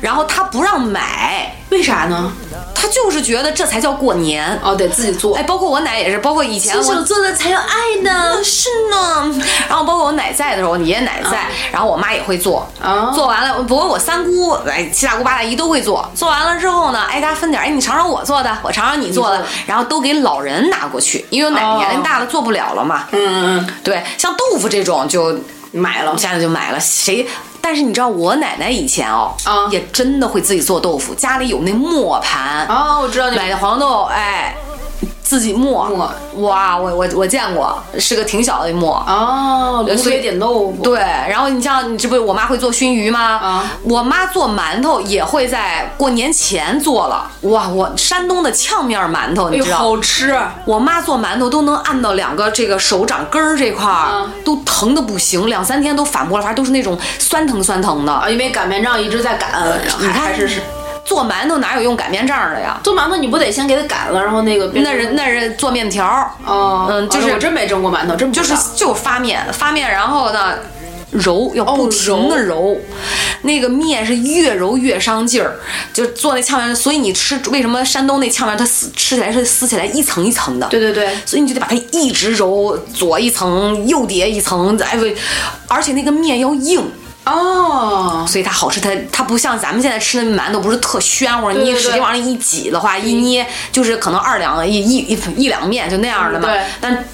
Speaker 3: 然后他不让买，
Speaker 2: 为啥呢？
Speaker 3: 他就是觉得这才叫过年。
Speaker 2: 哦，得自己做
Speaker 3: 哎，。包括我奶也是，包括以前
Speaker 2: 亲
Speaker 3: 我嗯
Speaker 2: 手做的才有爱呢。
Speaker 3: 是呢，然后包括我奶在的时候，我爷爷奶奶在，
Speaker 2: 嗯
Speaker 3: 然后我妈也会做，
Speaker 2: 啊
Speaker 3: 做完了，不过我三姑、哎七大姑八大姨都会做，做完了之后呢，哎，大家分点，哎，你尝尝我做的，我尝尝你做的，然后都给老人拿过去，因为我奶奶
Speaker 2: 哦
Speaker 3: 年龄大了做不了了嘛。
Speaker 2: 嗯嗯，
Speaker 3: 对，像豆腐这种就
Speaker 2: 买了。
Speaker 3: 家里就买了，谁？但是你知道我奶奶以前哦，
Speaker 2: 啊
Speaker 3: 也真的会自己做豆腐，家里有那磨盘，
Speaker 2: 哦，我知道你
Speaker 3: 买的黄豆，哎，自己磨
Speaker 2: 磨，
Speaker 3: 哇，我我我见过，是个挺小的磨
Speaker 2: 哦，卤
Speaker 3: 所以
Speaker 2: 水点豆腐。
Speaker 3: 对，然后你像你这不，我妈会做熏鱼吗？
Speaker 2: 啊
Speaker 3: 我妈做馒头也会在过年前做了。哇，我山东的戗面馒头，
Speaker 2: 哎
Speaker 3: 你
Speaker 2: 呦，
Speaker 3: 知道，
Speaker 2: 好吃！
Speaker 3: 我妈做馒头都能按到两个这个手掌根儿这块儿、
Speaker 2: 啊
Speaker 3: 都疼的不行，两三天都反不过来，反正都是那种酸疼酸疼的。
Speaker 2: 啊，因为擀面杖一直在擀，
Speaker 3: 嗯你
Speaker 2: 还
Speaker 3: 看
Speaker 2: 还是是
Speaker 3: 做馒头哪有用擀面杖的呀？
Speaker 2: 做馒头，你不得先给它擀了，然后那个变
Speaker 3: 那
Speaker 2: 成
Speaker 3: 是那是做面条儿，
Speaker 2: 哦，
Speaker 3: 嗯就是
Speaker 2: 哦我真没蒸过馒头，真不
Speaker 3: 就
Speaker 2: 知
Speaker 3: 是
Speaker 2: 道
Speaker 3: 就是发面，发面，然后呢，揉要
Speaker 2: 哦
Speaker 3: 不停的揉，那个面是越揉越伤劲儿，就做那炝面，所以你吃为什么山东那炝面它撕吃起来是撕起来一层一层的，
Speaker 2: 对对对，
Speaker 3: 所以你就得把它一直揉，左一层，右叠一层，哎不，而且那个面要硬。
Speaker 2: 哦，
Speaker 3: 所以它好吃，它它不像咱们现在吃的馒头，不是特暄乎，
Speaker 2: 对嗯
Speaker 3: 你
Speaker 2: 对
Speaker 3: 使劲往上一挤的话，一捏就是可能二两一一一一两面就那样的嘛。
Speaker 2: 嗯对
Speaker 3: 但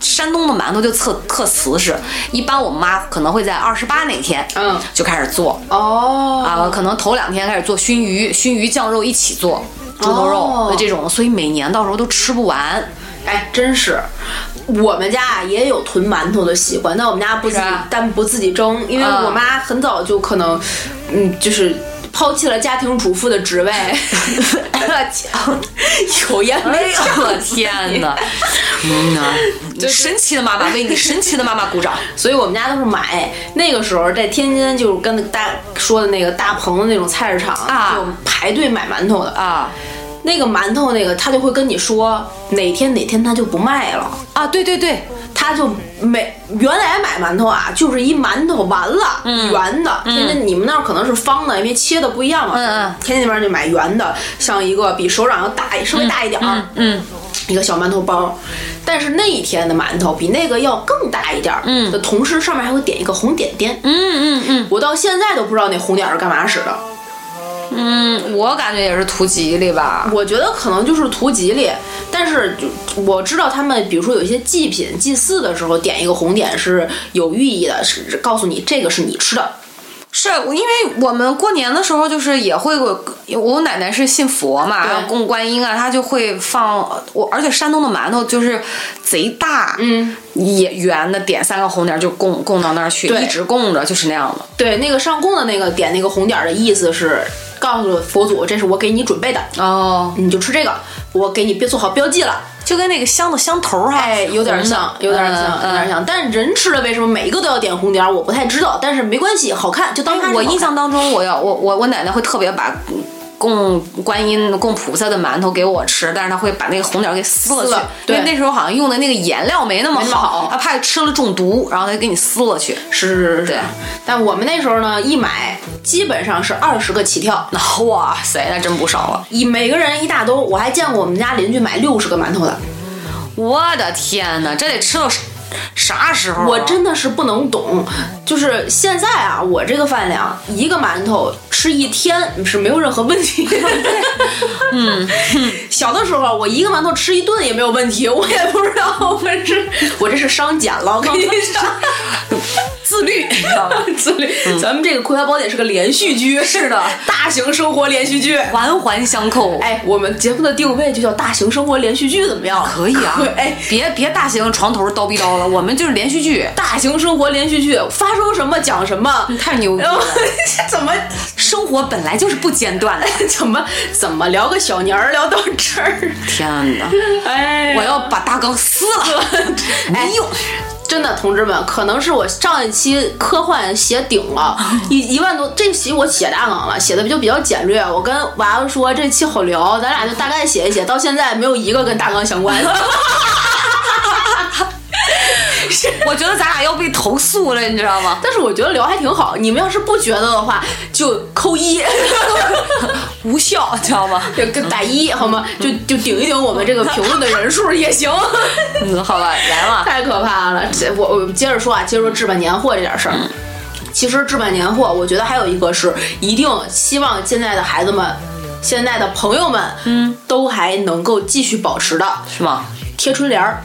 Speaker 3: 山东的馒头就特特瓷实，一般我妈可能会在二十八那天，
Speaker 2: 嗯，
Speaker 3: 就开始做
Speaker 2: 哦，
Speaker 3: 啊、可能头两天开始做熏鱼，熏鱼酱肉一起做。猪头肉、
Speaker 2: 哦
Speaker 3: 这种，所以每年到时候都吃不完。
Speaker 2: 哎，真是，我们家啊也有囤馒头的习惯，但我们家不自己
Speaker 3: 是吧，啊
Speaker 2: 但不自己蒸，因为
Speaker 3: 嗯
Speaker 2: 我妈很早就可能，嗯，就是。抛弃了家庭主妇的 职位，有颜
Speaker 3: 哎
Speaker 2: 没
Speaker 3: 呦我天 哪！嗯呐，神奇的妈妈为你神奇的妈妈鼓掌。
Speaker 2: 所以我们家都是买。那个时候在天津，就是跟大说的那个大棚的那种菜市场
Speaker 3: 啊
Speaker 2: 就排队买馒头的
Speaker 3: 啊。
Speaker 2: 那个馒头，那个他就会跟你说哪天哪天他就不卖了，
Speaker 3: 啊，对对对，
Speaker 2: 他就没原来买馒头啊，就是一馒头完了，
Speaker 3: 嗯
Speaker 2: 圆的。天津你们那儿可能是方的，因为切的不一样嘛。
Speaker 3: 嗯嗯
Speaker 2: 天津那边就买圆的，像一个比手掌要大稍微大一点儿、
Speaker 3: 嗯，
Speaker 2: 一个小馒头包。但是那一天的馒头比那个要更大一点儿，嗯，的同时上面还会点一个红点点，嗯嗯嗯，我到现在都不知道那红点儿是干嘛使的，
Speaker 3: 嗯，我感觉也是图吉利吧。
Speaker 2: 我觉得可能就是图吉利，但是就我知道他们，比如说有一些祭品、祭祀的时候点一个红点是有寓意的，是告诉你这个是你吃的。
Speaker 3: 是我因为我们过年的时候就是也会有，我奶奶是信佛嘛，
Speaker 2: 对
Speaker 3: 然后供观音啊，她就会放我，而且山东的馒头就是贼大，嗯，也圆的，点三个红点儿就供供到那儿去，
Speaker 2: 对
Speaker 3: 一直供着，就是那样的。
Speaker 2: 对，那个上供的那个点那个红点的意思是告诉佛祖，这是我给你准备的，
Speaker 3: 哦，
Speaker 2: 你就吃这个，我给你标做好标记了。
Speaker 3: 就跟那个香的香头儿哈，嗯
Speaker 2: 哎，有点像，有点像，有点
Speaker 3: 像。
Speaker 2: 像。但是人吃的为什么每一个都要点红点儿？我不太知道，但是没关系，好看就当它
Speaker 3: 哎
Speaker 2: 是好
Speaker 3: 我印
Speaker 2: 看
Speaker 3: 象当中，我要我我我奶奶会特别把供观音、供菩萨的馒头给我吃，但是她会把那个红点儿给撕了去，
Speaker 2: 撕了
Speaker 3: 因为
Speaker 2: 对
Speaker 3: 那时候好像用的那个颜料没那么
Speaker 2: 没那么
Speaker 3: 好，
Speaker 2: 好
Speaker 3: 她怕吃了中毒，然后她就给你撕了去。
Speaker 2: 是是是
Speaker 3: 对
Speaker 2: 是。但我们那时候呢，一买基本上是二十个起跳。
Speaker 3: 那哇塞，那真不少啊！
Speaker 2: 一每个人一大兜，我还见过我们家邻居买六十个馒头的，
Speaker 3: 我的天哪，这得吃到啥啥时候啊、
Speaker 2: 我真的是不能懂。就是现在啊，我这个饭量，一个馒头吃一天是没有任何问题的。 嗯， 小的时候啊我一个馒头吃一顿也没有问题，我也不知道我是我这是伤减了，我跟你 讲，自律，你知道吗？自律。咱们这个《葵花宝典》是个连续剧，是的， 大型生活连续剧。
Speaker 3: 环环相扣。
Speaker 2: 哎，我们节目的定位就叫大型生活连续剧，怎么样？
Speaker 3: 可以啊，
Speaker 2: 哎，
Speaker 3: 别别大型床头叨逼叨了，我们就是连续剧，
Speaker 2: 大型生活连续剧，发生什么讲什么。
Speaker 3: 太牛逼
Speaker 2: 然后
Speaker 3: 了！
Speaker 2: 怎么
Speaker 3: 生活本来就是不间断的，
Speaker 2: 怎么怎么聊个小年儿聊到这儿？
Speaker 3: 天哪！
Speaker 2: 哎
Speaker 3: 我要把大纲撕了， 没用。
Speaker 2: 真的，同志们，可能是我上一期科幻写顶了， 一一万多。这期我写大纲了，写的就比较简略。我跟娃娃说这期好聊，咱俩就大概写一写， 到现在没有一个跟大纲相关的。
Speaker 3: 我觉得咱俩要被投诉了，你知道吗？
Speaker 2: 但是我觉得聊还挺好，你们要是不觉得的话，就扣 一，
Speaker 3: 无效，知道吗？
Speaker 2: 就跟打一好吗？就就顶一顶我们这个评论的人数也行。
Speaker 3: 嗯，好吧，来 嘛。
Speaker 2: 太可怕了！这我我接着说啊，接着说置办年货这点事儿。其实置办年货，我觉得还有一个是一定希望现在的孩子们、现在的朋友们，嗯，都还能够继续保持的
Speaker 3: 是吗？
Speaker 2: 贴春联儿，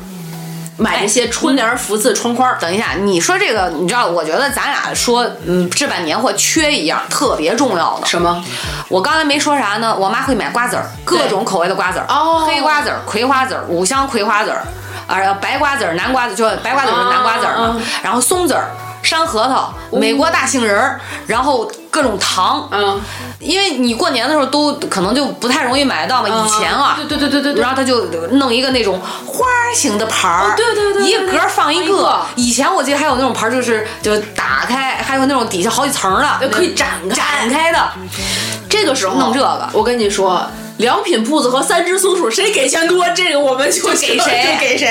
Speaker 2: 买那些春联儿、福字、窗框儿。
Speaker 3: 等一下，你说这个，你知道？我觉得咱俩说，嗯，置办年货缺一样特别重要的。
Speaker 2: 什么？
Speaker 3: 我刚才没说啥呢，我妈会买瓜子儿，各种口味的瓜子儿，
Speaker 2: 哦
Speaker 3: 黑瓜子儿、葵花籽儿、五香葵花籽儿，啊，然后白瓜子儿、南瓜子，就白瓜子儿是南瓜子儿嘛，
Speaker 2: 啊
Speaker 3: 然后松子儿、山核桃、美国大杏仁儿，然后各种糖。
Speaker 2: 嗯，
Speaker 3: 因为你过年的时候都可能就不太容易买到嘛，以前啊，
Speaker 2: 嗯对对对对对对
Speaker 3: 然后他就弄一个那种花儿型的盘儿、
Speaker 2: 哦对对对对
Speaker 3: 一格儿放一
Speaker 2: 放一
Speaker 3: 个
Speaker 2: 个。
Speaker 3: 以前我记得还有那种盘儿，就是就是打开，还有那种底下好几层的，
Speaker 2: 就呃可以展开
Speaker 3: 展开的。
Speaker 2: 这个时候
Speaker 3: 弄这个
Speaker 2: 我跟你说，良品铺子和三只松鼠谁给钱多，这个我们就
Speaker 3: 给
Speaker 2: 给
Speaker 3: 谁
Speaker 2: 就给谁。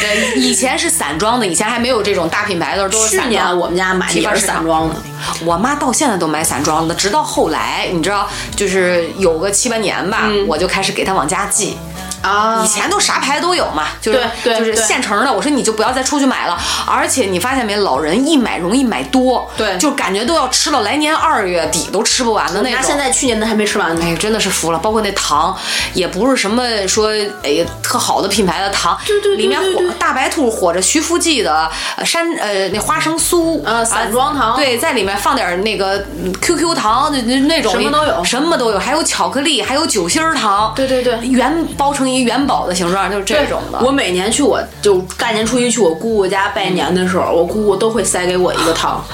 Speaker 3: 对，以前是散装的，以前还没有这种大品牌的时候，都是
Speaker 2: 去
Speaker 3: 散
Speaker 2: 年
Speaker 3: 装。
Speaker 2: 我们家买的也是散装的，
Speaker 3: 我妈到现在都买散装的，直到后来，你知道，就是有个七八年吧，
Speaker 2: 嗯
Speaker 3: 我就开始给她往家寄。
Speaker 2: 啊
Speaker 3: 以前都啥牌都有嘛，就是
Speaker 2: 对对
Speaker 3: 就是
Speaker 2: 对
Speaker 3: 现成的。我说你就不要再出去买了，而且你发现没，老人一买容易买多，
Speaker 2: 对
Speaker 3: 就感觉都要吃到来年二月底都吃不完的那
Speaker 2: 那
Speaker 3: 种。
Speaker 2: 现在去年的还没吃完呢。
Speaker 3: 哎呀，真的是服了，包括那糖，也不是什么说哎呀特好的品牌的糖，
Speaker 2: 对对对
Speaker 3: 里面
Speaker 2: 对
Speaker 3: 火
Speaker 2: 对
Speaker 3: 大白兔火着徐福记的呃山呃那花生酥啊
Speaker 2: 呃散装糖
Speaker 3: 对，在里面放点那个嗯 QQ 糖，那那那种
Speaker 2: 什么都有
Speaker 3: 什么都有，还有巧克力，还有酒心儿糖，
Speaker 2: 对对对
Speaker 3: 元包成一元宝的形状，就是这种的。
Speaker 2: 我每年去我就大年初一去我姑姑家拜年的时候，我姑姑都会塞给我一个糖，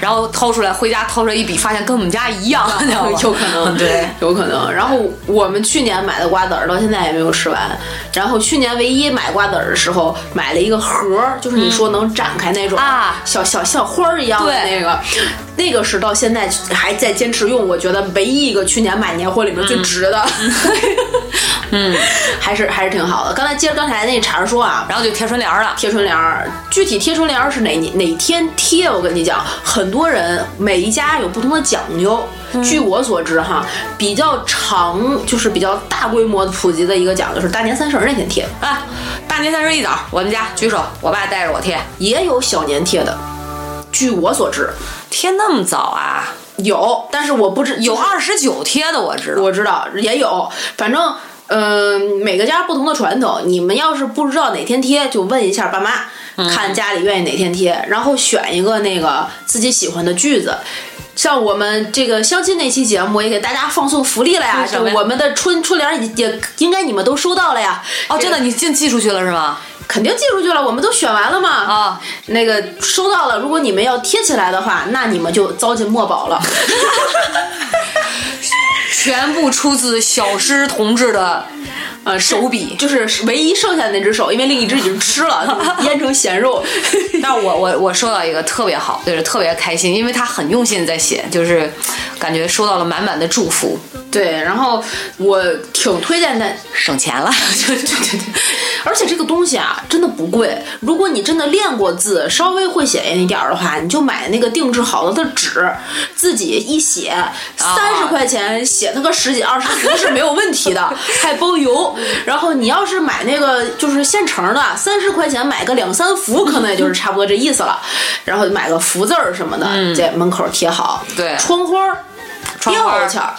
Speaker 3: 然后掏出来，回家掏出来一比，发现跟我们家一样，
Speaker 2: 嗯
Speaker 3: 你知道吗
Speaker 2: 有可能，
Speaker 3: 对，
Speaker 2: 有可能。然后我们去年买的瓜子儿到现在也没有吃完。然后去年唯一买瓜子儿的时候买了一个盒儿，就是你说能展开那种
Speaker 3: 嗯啊
Speaker 2: 小小像花儿一样的
Speaker 3: 对
Speaker 2: 那个，那个是到现在还在坚持用，我觉得唯一一个去年买年货里面最值的。 嗯，还是还是挺好的。刚才接着刚才那茬儿说啊，
Speaker 3: 然后就贴春联儿了。
Speaker 2: 贴春联儿，具体贴春联儿是哪哪天贴？我跟你讲，很多人每一家有不同的讲究。据我所知，哈，比较长就是比较大规模普及的一个讲究是大年三十儿那天贴，
Speaker 3: 啊，大年三十一早，我们家举手，我爸带着我贴，
Speaker 2: 也有小年贴的。据我所知，
Speaker 3: 贴那么早啊？
Speaker 2: 有，但是我不知
Speaker 3: 有
Speaker 2: 就是
Speaker 3: 二十九贴的，我知道。
Speaker 2: 我知道也有，反正嗯、每个家不同的传统，你们要是不知道哪天贴，就问一下爸妈，
Speaker 3: 嗯
Speaker 2: 看家里愿意哪天贴，然后选一个那个自己喜欢的句子。像我们这个相亲那期节目也给大家放送福利了呀，
Speaker 3: 是什
Speaker 2: 就
Speaker 3: 么呀
Speaker 2: 我们的春春联儿也也应该你们都收到了呀。
Speaker 3: 哦，真的，你进寄出去了是吗？
Speaker 2: 肯定寄出去了，我们都选完了嘛。
Speaker 3: 啊，
Speaker 2: 那个收到了，如果你们要贴起来的话，那你们就糟践墨 宝了。
Speaker 3: 全部出自小诗同 志的
Speaker 2: 呃，
Speaker 3: 手笔。
Speaker 2: 就是唯一剩下的那只手，因为另一只已经吃了，腌成咸肉。
Speaker 3: 但我我我收到一个特别好，就是特别开心，因为他很用心在写，就是感觉收到了满满的祝福，
Speaker 2: 对，然后我挺推荐的，
Speaker 3: 省钱了。
Speaker 2: 对对对对，而且这个东西啊，真的不贵。如果你真的练过字，稍微会写一点儿的话，你就买那个定制好了的纸，自己一写，
Speaker 3: 啊
Speaker 2: 三十块钱写它个十几二十幅是没有问题 的，还包邮。然后你要是买那个就是现成的，三十块钱买个两三幅，可能也就是差不多这意思了。然后买个福字儿什么的，在门口贴好。
Speaker 3: 嗯对
Speaker 2: 窗花儿、
Speaker 3: 窗花儿
Speaker 2: 吊钱儿，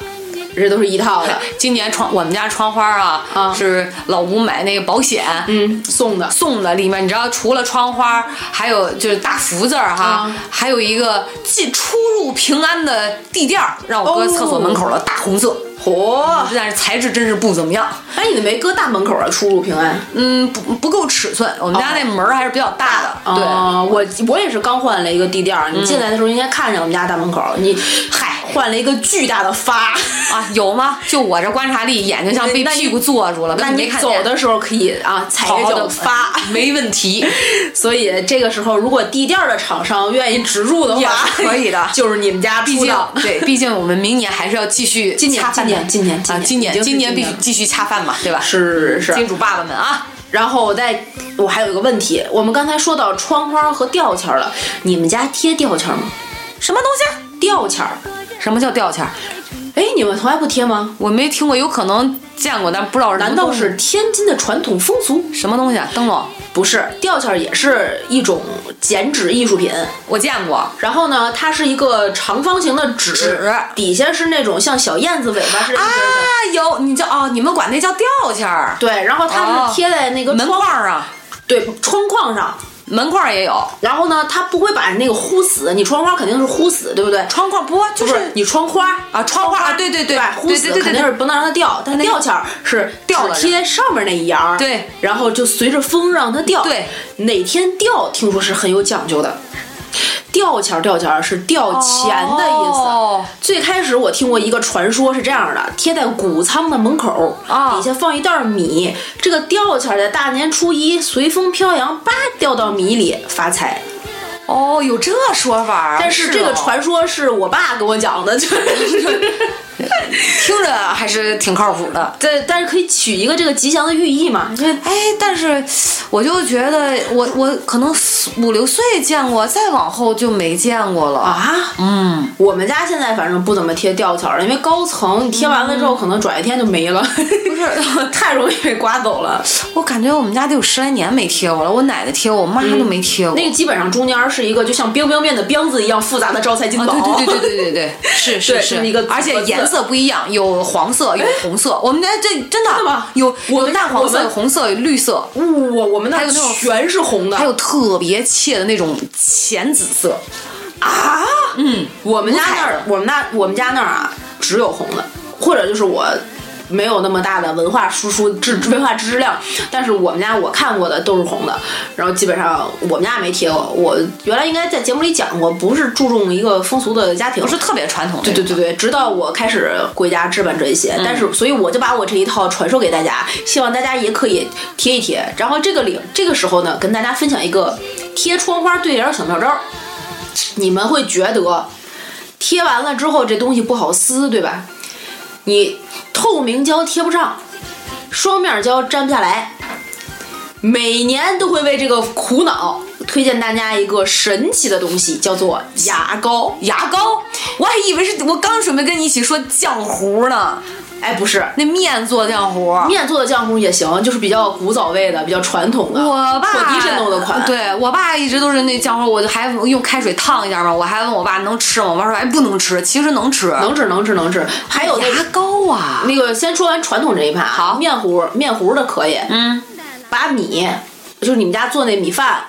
Speaker 2: 这都是一套的。
Speaker 3: 今年窗我们家窗花啊，
Speaker 2: 啊
Speaker 3: 是老吴买那个保险，
Speaker 2: 嗯，送的。
Speaker 3: 送的里面，你知道除了窗花，还有就是大福字儿哈，
Speaker 2: 啊
Speaker 3: 还有一个进出入平安的地垫儿，让我搁
Speaker 2: 哦
Speaker 3: 厕所门口的大红色。
Speaker 2: 嚯、
Speaker 3: 但是材质真是不怎么样，
Speaker 2: 哎，你没搁大门口啊，出入平安。
Speaker 3: 嗯，不不够尺寸。我们家
Speaker 2: 哦
Speaker 3: 那门儿还是比较大的，对。
Speaker 2: 啊，我我也是刚换了一个地垫儿，你进来的时候应该看见我们家大门口，你嗨换了一个巨大的发，
Speaker 3: 啊，有吗？就我这观察力，眼睛像被
Speaker 2: 那你
Speaker 3: 屁股坐住了，
Speaker 2: 那
Speaker 3: 根本没
Speaker 2: 你
Speaker 3: 看
Speaker 2: 走
Speaker 3: 见
Speaker 2: 的时候可以啊踩
Speaker 3: 好
Speaker 2: 着
Speaker 3: 好
Speaker 2: 脚
Speaker 3: 的
Speaker 2: 发。
Speaker 3: 嗯没 问题。
Speaker 2: 所以这个时候，如果地垫儿的厂商愿意植入的
Speaker 3: 也
Speaker 2: 话，
Speaker 3: 是可以的
Speaker 2: 就是你们家
Speaker 3: 毕
Speaker 2: 出
Speaker 3: 竟
Speaker 2: 的。
Speaker 3: 对，毕竟我们明年还是要继续
Speaker 2: 今年
Speaker 3: 恰饭的
Speaker 2: 今年今年
Speaker 3: 啊，今
Speaker 2: 今年已经是
Speaker 3: 今年
Speaker 2: 今
Speaker 3: 必
Speaker 2: 年
Speaker 3: 须
Speaker 2: 了嗯
Speaker 3: 继续恰饭嘛，对吧？
Speaker 2: 是是
Speaker 3: 金
Speaker 2: 是，
Speaker 3: 主爸爸们啊，
Speaker 2: 然后我再，我还有一个问题，我们刚才说到窗花和吊签儿了，你们家贴吊签儿吗？
Speaker 3: 什么东西？啊
Speaker 2: 吊签儿，
Speaker 3: 什么叫吊签儿？
Speaker 2: 哎，你们从来不贴吗？
Speaker 3: 我没听过，有可能见过，但不知道是什么
Speaker 2: 难道
Speaker 3: 东西
Speaker 2: 是天津的传统风俗？
Speaker 3: 什么东西啊？灯笼？
Speaker 2: 不是，吊签儿也是一种剪纸艺术品。
Speaker 3: 我见过，
Speaker 2: 然后呢，它是一个长方形的纸，
Speaker 3: 纸
Speaker 2: 底下是那种像小燕子尾巴似的一根儿的。
Speaker 3: 啊，有，你叫哦，你们管那叫吊签儿，
Speaker 2: 对，然后它
Speaker 3: 哦
Speaker 2: 是贴在那个
Speaker 3: 门
Speaker 2: 窗、
Speaker 3: 框儿啊，
Speaker 2: 对窗框上，
Speaker 3: 门框儿也有，
Speaker 2: 然后呢，它不会把那个糊死，你窗花肯定是糊死，对不对？
Speaker 3: 窗框儿不就
Speaker 2: 不是
Speaker 3: 是
Speaker 2: 你窗花
Speaker 3: 啊窗花啊对对对
Speaker 2: 对吧，
Speaker 3: 对
Speaker 2: 糊死
Speaker 3: 对对对
Speaker 2: 肯定是不能让它掉，但
Speaker 3: 那个
Speaker 2: 吊签儿是
Speaker 3: 掉了
Speaker 2: 只贴上面那一沿儿，
Speaker 3: 对，
Speaker 2: 然后就随着风让它掉，
Speaker 3: 对，
Speaker 2: 哪天掉听说是很有讲究的。吊钱儿，吊钱儿是吊钱的意思。
Speaker 3: 哦
Speaker 2: 最开始我听过一个传说是这样的：贴在谷仓的门口，
Speaker 3: 啊
Speaker 2: 底下放一袋儿米，这个吊钱儿在大年初一随风飘扬，叭掉到米里发财。
Speaker 3: 哦，有这说法儿啊，
Speaker 2: 但是这个
Speaker 3: 哦
Speaker 2: 传说是我爸跟我讲的，就是
Speaker 3: 听着还是挺靠谱的。
Speaker 2: 对，但是可以取一个这个吉祥的寓意嘛？这
Speaker 3: 哎，但是我就觉得我我可能四五六岁见过，再往后就没见过了。
Speaker 2: 啊，
Speaker 3: 嗯，
Speaker 2: 我们家现在反正不怎么贴吊桥了，因为高层你贴完了之后，可能转一天就没了，不是 太容易被刮走了。
Speaker 3: 我感觉我们家得有十来年没贴过了，我奶奶贴过，我妈都没贴过。
Speaker 2: 嗯那个基本上中间是一个就像冰冰面的冰字一样复杂的招财进
Speaker 3: 啊，
Speaker 2: 宝，
Speaker 3: 对对对对对对对， 是是
Speaker 2: 对
Speaker 3: 是，
Speaker 2: 就是一个
Speaker 3: 而且
Speaker 2: 盒子
Speaker 3: 颜色不一样，有黄色，有红色。我们家这真的
Speaker 2: 真的吗
Speaker 3: 有
Speaker 2: 我们
Speaker 3: 有淡黄
Speaker 2: 我
Speaker 3: 色，
Speaker 2: 们
Speaker 3: 有红色，有绿色，
Speaker 2: 哇，我们那
Speaker 3: 还有那种
Speaker 2: 全是红的，
Speaker 3: 还有特别切的那种浅紫色。
Speaker 2: 啊，嗯，我们家那儿，我们那我们家那儿啊，只有红的，或者就是我。没有那么大的文化输出知文化知识量，但是我们家我看过的都是红的，然后基本上我们家没贴过。我原来应该在节目里讲过，不是注重一个风俗的家庭，
Speaker 3: 不是特别传统的
Speaker 2: 对
Speaker 3: 那种。
Speaker 2: 对对对，直到我开始回家置办这些，但是所以我就把我这一套传授给大家，希望大家也可以贴一贴。然后这个里这个时候呢，跟大家分享一个贴窗花对联儿小妙招儿，你们会觉得贴完了之后这东西不好撕，对吧？你透明胶贴不上，双面胶粘不下来，每年都会为这个苦恼。推荐大家一个神奇的东西，叫做牙膏。
Speaker 3: 牙膏，我还以为是我刚准备跟你一起说浆糊呢，
Speaker 2: 哎，不是，
Speaker 3: 那面做浆糊。
Speaker 2: 面做的浆糊也行，就是比较古早味的、比较传统的，
Speaker 3: 我爸
Speaker 2: traditional 的款。，
Speaker 3: 对我爸一直都是那浆糊，我就还用开水烫一下嘛。我还问我爸能吃吗？我爸说哎不能吃，其实能吃。
Speaker 2: 能吃能吃能吃。还有那
Speaker 3: 牙
Speaker 2: 个
Speaker 3: 膏啊，
Speaker 2: 那个，先说完传统这一趴，好，面糊面糊的可以，
Speaker 3: 嗯，
Speaker 2: 把米就是你们家做那米饭。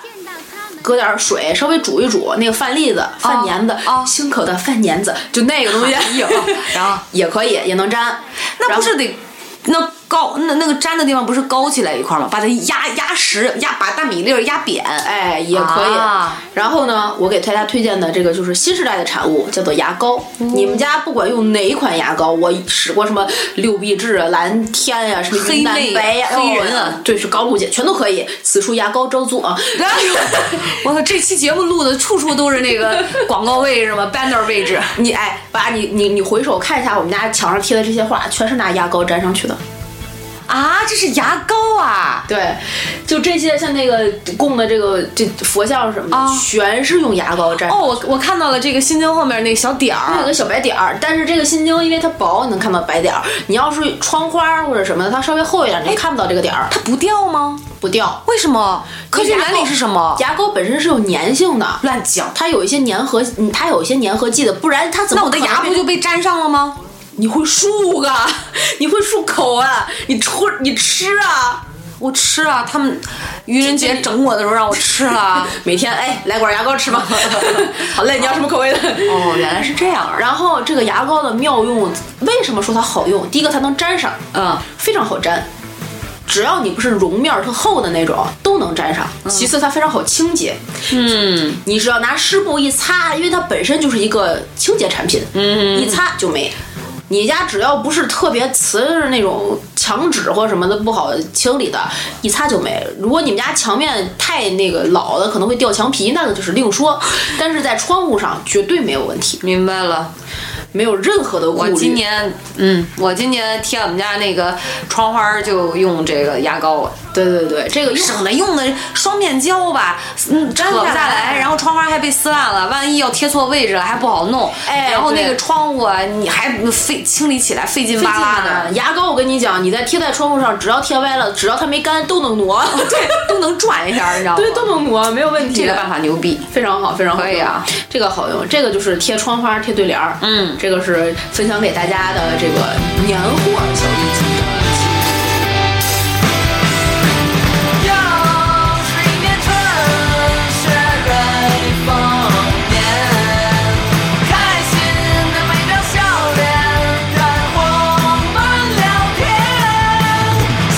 Speaker 2: 搁点水，稍微煮一煮那个饭粒子、饭粘子、
Speaker 3: 哦
Speaker 2: 新口的饭粘子，就那个东西，
Speaker 3: 哎然后
Speaker 2: 也可以，也能粘。
Speaker 3: 那
Speaker 2: 然
Speaker 3: 不
Speaker 2: 后
Speaker 3: 是得那高那那个粘的地方不是勾起来一块儿吗？把它压压实，压把大米粒儿压扁。
Speaker 2: 哎，也可以。
Speaker 3: 啊
Speaker 2: 然后呢，我给大家推荐的这个就是新时代的产物，叫做牙膏。
Speaker 3: 嗯
Speaker 2: 你们家不管用哪一款牙膏，我使过什么六必治啊、蓝天呀、什么
Speaker 3: 黑
Speaker 2: 云南
Speaker 3: 妹
Speaker 2: 白呀、
Speaker 3: 黑
Speaker 2: 哦
Speaker 3: 人啊
Speaker 2: 对，是高露洁，全都可以。此处牙膏招租啊！
Speaker 3: 我操，这期节目录的处处都是那个广告位 置嘛，banner 位置。
Speaker 2: 你哎，把你你你回首看一下我们家墙上贴的这些画，全是拿牙膏粘上去的。
Speaker 3: 啊，这是牙膏啊！
Speaker 2: 对，就这些像那个供的这个这佛像什么的，
Speaker 3: 啊
Speaker 2: 全是用牙膏粘上去的。
Speaker 3: 哦，我我看到了这个心经后面那个小点
Speaker 2: 它有
Speaker 3: 儿，
Speaker 2: 个小白点儿，但是这个心经因为它薄，你能看到白点儿。你要是窗花或者什么的，它稍微厚一
Speaker 3: 哎
Speaker 2: 点，你看不到这个点儿，
Speaker 3: 它不掉吗？
Speaker 2: 不掉。
Speaker 3: 为什么？科学原理是什么？
Speaker 2: 牙膏本身是有粘性的，
Speaker 3: 乱讲！
Speaker 2: 它有一些粘合，嗯它有一些粘合剂的，不然它怎么
Speaker 3: 那我的
Speaker 2: 可能
Speaker 3: 牙
Speaker 2: 被
Speaker 3: 不就被粘上了吗？
Speaker 2: 你会漱啊， 你会漱口啊，你戳你吃啊，
Speaker 3: 我吃啊，他们愚人节整我的时候让我吃啊了。
Speaker 2: 每天哎来管牙膏 吃吧。好嘞，你要什么口味的？
Speaker 3: 哦，原来是这样啊！
Speaker 2: 然后这个牙膏的妙用，为什么说它好用？第一个它能粘上，
Speaker 3: 嗯，
Speaker 2: 非常好粘，只要你不是绒面儿特厚的那种，都能粘上。
Speaker 3: 嗯
Speaker 2: 其次，它非常好清洁，嗯，你只要拿湿布一擦，因为它本身就是一个清洁产品，嗯，一擦就没。你家只要不是特别瓷实那种墙纸或什么的不好清理的，一擦就没。如果你们家墙面太那个老的，可能会掉墙皮，那个就是另说。但是在窗户上绝对没有问题，
Speaker 3: 明白了，
Speaker 2: 没有任何的顾
Speaker 3: 我
Speaker 2: 虑。
Speaker 3: 今年，嗯，我今年贴我们家那个窗花儿就用这个牙膏了。
Speaker 2: 对对对，这个用
Speaker 3: 省得用的双面胶吧，嗯，粘
Speaker 2: 扯不
Speaker 3: 下
Speaker 2: 下来
Speaker 3: 来，然后窗花还被撕烂了，万一要贴错位置了还不好弄。
Speaker 2: 哎
Speaker 3: 然后那
Speaker 2: 对
Speaker 3: 个窗户啊，你还费清理起来费劲
Speaker 2: 费
Speaker 3: 巴
Speaker 2: 劲
Speaker 3: 拉
Speaker 2: 呢
Speaker 3: 的，
Speaker 2: 牙膏，我跟你讲，你在贴在窗户上，只要贴歪了，只要它没干，都能挪。
Speaker 3: 哦对，都能转一下，你知道吗？
Speaker 2: 对，都能挪，没有问题。
Speaker 3: 这个办法牛逼。
Speaker 2: 非常好，非常好
Speaker 3: 可以
Speaker 2: 用
Speaker 3: 啊，
Speaker 2: 这个好用，这个就是贴窗花、贴对联儿，
Speaker 3: 嗯，
Speaker 2: 这个是分享给大家的这个年货小秘籍。
Speaker 4: 又是一年春，雪瑞丰年，开心的每张笑脸，让我们聊天。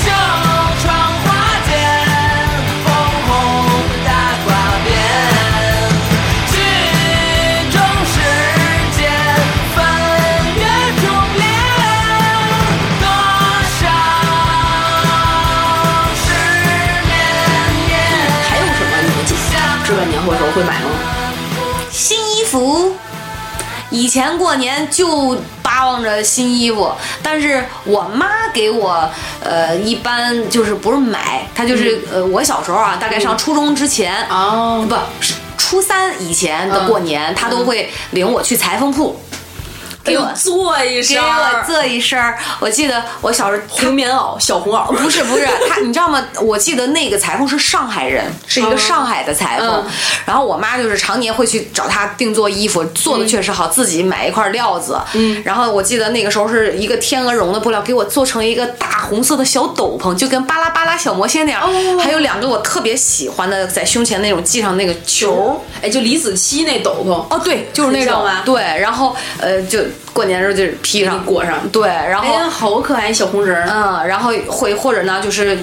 Speaker 4: 小窗花间，红红的大瓜边，剧中时间翻越重连，多少失眠夜。
Speaker 2: 还有什么你们记得置办年货的时候会买吗？
Speaker 3: 新衣服。以前过年就巴望着新衣服，但是我妈给我，呃，一般就是不是买，她就是、呃，我小时候啊，大概上初中之前，
Speaker 2: 哦，
Speaker 3: 不是初三以前的过年，她都会领我去裁缝铺，
Speaker 2: 哎
Speaker 3: 给我
Speaker 2: 做一
Speaker 3: 给
Speaker 2: 身
Speaker 3: 我这一身儿。我记得我小时候
Speaker 2: 红棉袄、小 红袄，
Speaker 3: 不是不是，他你知道吗？我记得那个裁缝是上海人，是一个上海的裁缝。
Speaker 2: 嗯
Speaker 3: 然后我妈就是常年会去找他定做衣服，做的
Speaker 2: 嗯
Speaker 3: 确实好，自己买一块料子。嗯，然后我记得那个时候是一个天鹅绒的布料，给我做成一个大红色的小斗篷，就跟巴拉巴拉小魔仙那样。
Speaker 2: 哦
Speaker 3: 还有两个我特别喜欢的，在胸前那种系上那个球。
Speaker 2: 哎，就李子柒那斗篷，
Speaker 3: 哦，对，就是那
Speaker 2: 你知道
Speaker 3: 种
Speaker 2: 吗
Speaker 3: 对，然后呃，就过年的时候就是披上
Speaker 2: 你裹上
Speaker 3: 对，哦然
Speaker 2: 哎
Speaker 3: 后
Speaker 2: 呀，好可爱，小红人儿。
Speaker 3: 嗯，然后会或者呢，就是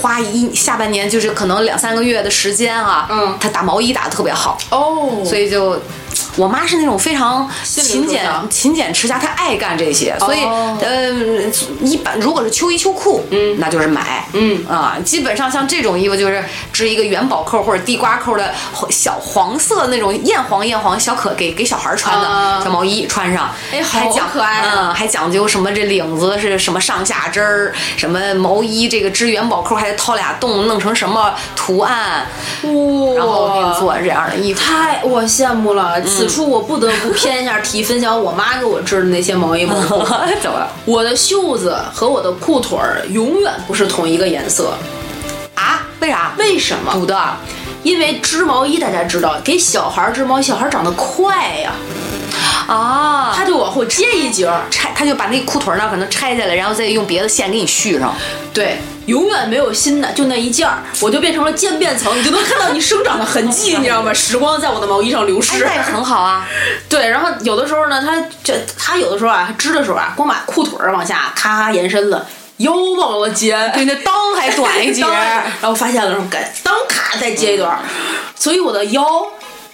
Speaker 3: 花一下半年，就是可能两三个月的时间啊，
Speaker 2: 嗯
Speaker 3: 他打毛衣打的特别好，
Speaker 2: 哦，
Speaker 3: 所以就。我妈是那种非常
Speaker 2: 心灵
Speaker 3: 勤
Speaker 2: 手
Speaker 3: 俭
Speaker 2: 巧
Speaker 3: 勤俭持家，她爱干这些，所以
Speaker 2: 哦
Speaker 3: 呃，一般如果是秋衣秋裤，嗯，那就是买，
Speaker 2: 嗯
Speaker 3: 啊，基本上像这种衣服就是织一个元宝扣或者地瓜扣的小黄色那种艳黄艳黄小可给给小孩儿穿
Speaker 2: 啊
Speaker 3: 的小毛衣穿上，
Speaker 2: 哎好
Speaker 3: 还讲
Speaker 2: 可爱啊
Speaker 3: 嗯，还讲究什么这领子是什么上下针儿，什么毛衣这个织元宝扣还得掏俩洞，弄成什么图案，
Speaker 2: 哇，
Speaker 3: 然后给你做嗯这样的衣服。
Speaker 2: 太我羡慕了。此处我不得不偏一下题，分享我妈给我织的那些毛衣毛裤。
Speaker 3: 怎么了
Speaker 2: 我的袖子和我的裤腿儿永远不是同一个颜色，
Speaker 3: 啊？为啥？
Speaker 2: 为什么？
Speaker 3: 补的？
Speaker 2: 因为织毛衣大家知道，给小孩儿织毛衣，小孩儿长得快呀，
Speaker 3: 啊，
Speaker 2: 他就往后接一截儿。
Speaker 3: 拆，他就把那裤腿儿那儿可能拆下来，然后再用别的线给你续上。
Speaker 2: 对，永远没有新的，就那一件儿，我就变成了渐变层，你就能看到你生长的痕 迹，你知道吗？时光在我的毛衣上流
Speaker 3: 哎，
Speaker 2: 逝
Speaker 3: 那。也很好啊。
Speaker 2: 对，然后有的时候呢，他这他有的时候啊，织的时候啊，光把裤腿儿往下咔咔延伸了，腰往了接，
Speaker 3: 对，哎那裆还短 一截
Speaker 2: 当然
Speaker 3: 儿。
Speaker 2: 然后发现了，然后赶当咔再接一段儿，所以我的腰、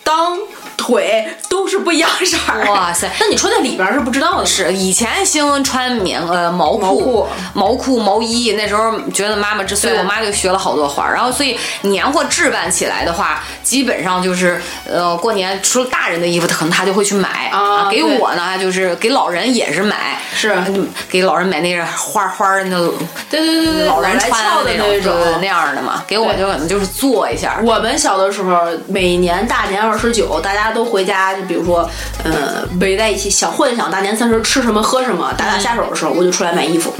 Speaker 2: 裆、腿都是不一样色儿。
Speaker 3: 哇塞
Speaker 2: 那你穿在里边儿是不知道的。
Speaker 3: 是以前兴穿棉呃毛裤、
Speaker 2: 毛裤、
Speaker 3: 毛裤、毛衣，那时候觉得妈妈织，所以
Speaker 2: 对
Speaker 3: 我妈就学了好多花儿。然后所以年货置办起来的话，基本上就是呃过年除了大人的衣服，她可能她就会去买
Speaker 2: 啊
Speaker 3: 给
Speaker 2: 对
Speaker 3: 我呢，就是给老人也是买，
Speaker 2: 是
Speaker 3: 嗯给老人买那个花花儿那种
Speaker 2: 对对对对，
Speaker 3: 老人
Speaker 2: 来翘
Speaker 3: 穿
Speaker 2: 的
Speaker 3: 那种
Speaker 2: 啊种。
Speaker 3: 对那样的嘛。给我
Speaker 2: 对
Speaker 3: 就可能就是做一下儿，
Speaker 2: 我们小的时候，每年大年二十九，大家都回家，就比如说，呃，围在一起想幻想大年三十吃什么喝什么，打打下手的时候，我就出来买衣服；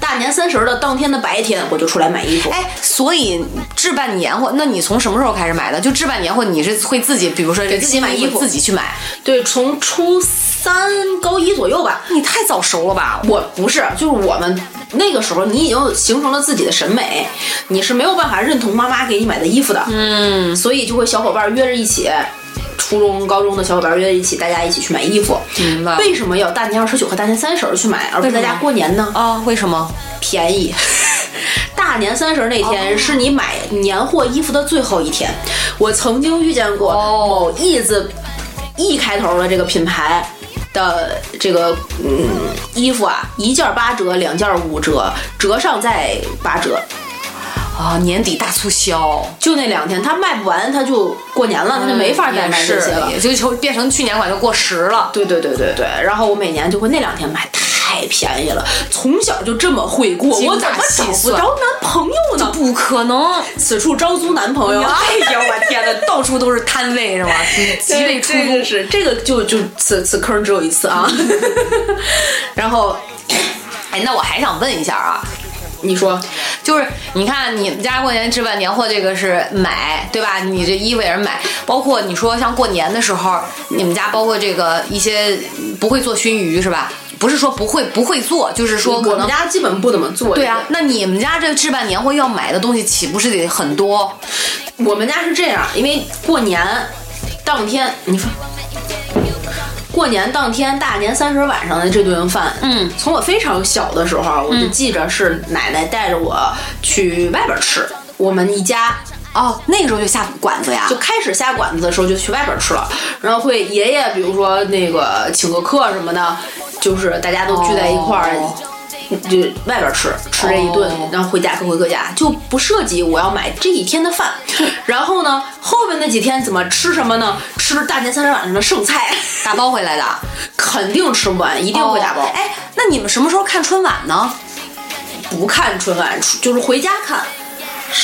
Speaker 2: 大年三十的当天的白天，我就出来买衣服。
Speaker 3: 哎，所以置办年货，那你从什么时候开始买的？就置办年货，你是会自己，比如说
Speaker 2: 给自己买衣服
Speaker 3: 自己去买。
Speaker 2: 对，从初三、高一左右吧，
Speaker 3: 你太早熟了吧？
Speaker 2: 我不是，就是我们那个时候，你已经形成了自己的审美，你是没有办法认同妈妈给你买的衣服的，嗯，所以就会小伙伴约着一起。初中、高中的小伙伴约着一起，大家一起去买衣服。
Speaker 3: 明白
Speaker 2: 为什么要大年二十九和大年三十去买，而不是
Speaker 3: 为什
Speaker 2: 大
Speaker 3: 么
Speaker 2: 家过年呢？
Speaker 3: 啊，为什么？
Speaker 2: 便宜。 大年三十那
Speaker 3: 哦
Speaker 2: 天是你买年货衣服的最后一天。我曾经遇见过
Speaker 3: 哦
Speaker 2: 某义字一开头的这个品牌的这个嗯衣服啊，一件八折，两件五折，折上再八折，
Speaker 3: 啊，年底大促销，
Speaker 2: 就那两天，它卖不完，它就过年了，它就没法再卖这
Speaker 3: 嗯是
Speaker 2: 些了。
Speaker 3: 也就就变成去年款就过时了。
Speaker 2: 对对对对对，然后我每年就会那两天买太便宜了，从小就这么会过，
Speaker 3: 精
Speaker 2: 我怎
Speaker 3: 打
Speaker 2: 么找
Speaker 3: 细
Speaker 2: 不
Speaker 3: 算
Speaker 2: 着男朋友呢？
Speaker 3: 不 可能！
Speaker 2: 此处招租男朋友。
Speaker 3: 哎呀， 我天哪，到处都是摊位是吗？极
Speaker 2: 对
Speaker 3: 力出
Speaker 2: 这个是这个就就此此坑只有一次啊。然后
Speaker 3: 哎，那我还想问一下啊，
Speaker 2: 你说
Speaker 3: 就是你看你们家过年置办年货，这个是买对吧？你这衣服也是买，包括你说像过年的时候，你们家包括这个一些不会做熏鱼是吧？不是说不会不会做，就是说
Speaker 2: 我
Speaker 3: 可
Speaker 2: 们
Speaker 3: 能。
Speaker 2: 家基本不怎么做。
Speaker 3: 对啊，那你们家这置办年货要买的东西岂不是得很多？
Speaker 2: 我们家是这样，因为过年当天，你说。过年当天，大年三十晚上的这顿饭，
Speaker 3: 嗯
Speaker 2: 从我非常小的时候，我就记着是奶奶带着我去外边吃。我们一家
Speaker 3: 哦，那个时候就下馆子呀
Speaker 2: 就。开始下馆子的时候就去外边吃了，然后会爷爷比如说那个请个客什么的，就是大家都聚在一块儿。
Speaker 3: 哦
Speaker 2: 就外边吃吃这一顿
Speaker 3: 哦
Speaker 2: 然后回家各回各家，就不涉及我要买这一天的饭。然后呢，后面那几天怎么吃什么呢？吃大年三十晚上的剩菜，
Speaker 3: 打包回来的，
Speaker 2: 肯定吃不完，一
Speaker 3: 一
Speaker 2: 定会打包。
Speaker 3: 哎，那你们什么时候看春晚呢？
Speaker 2: 不看春晚，就是回家看。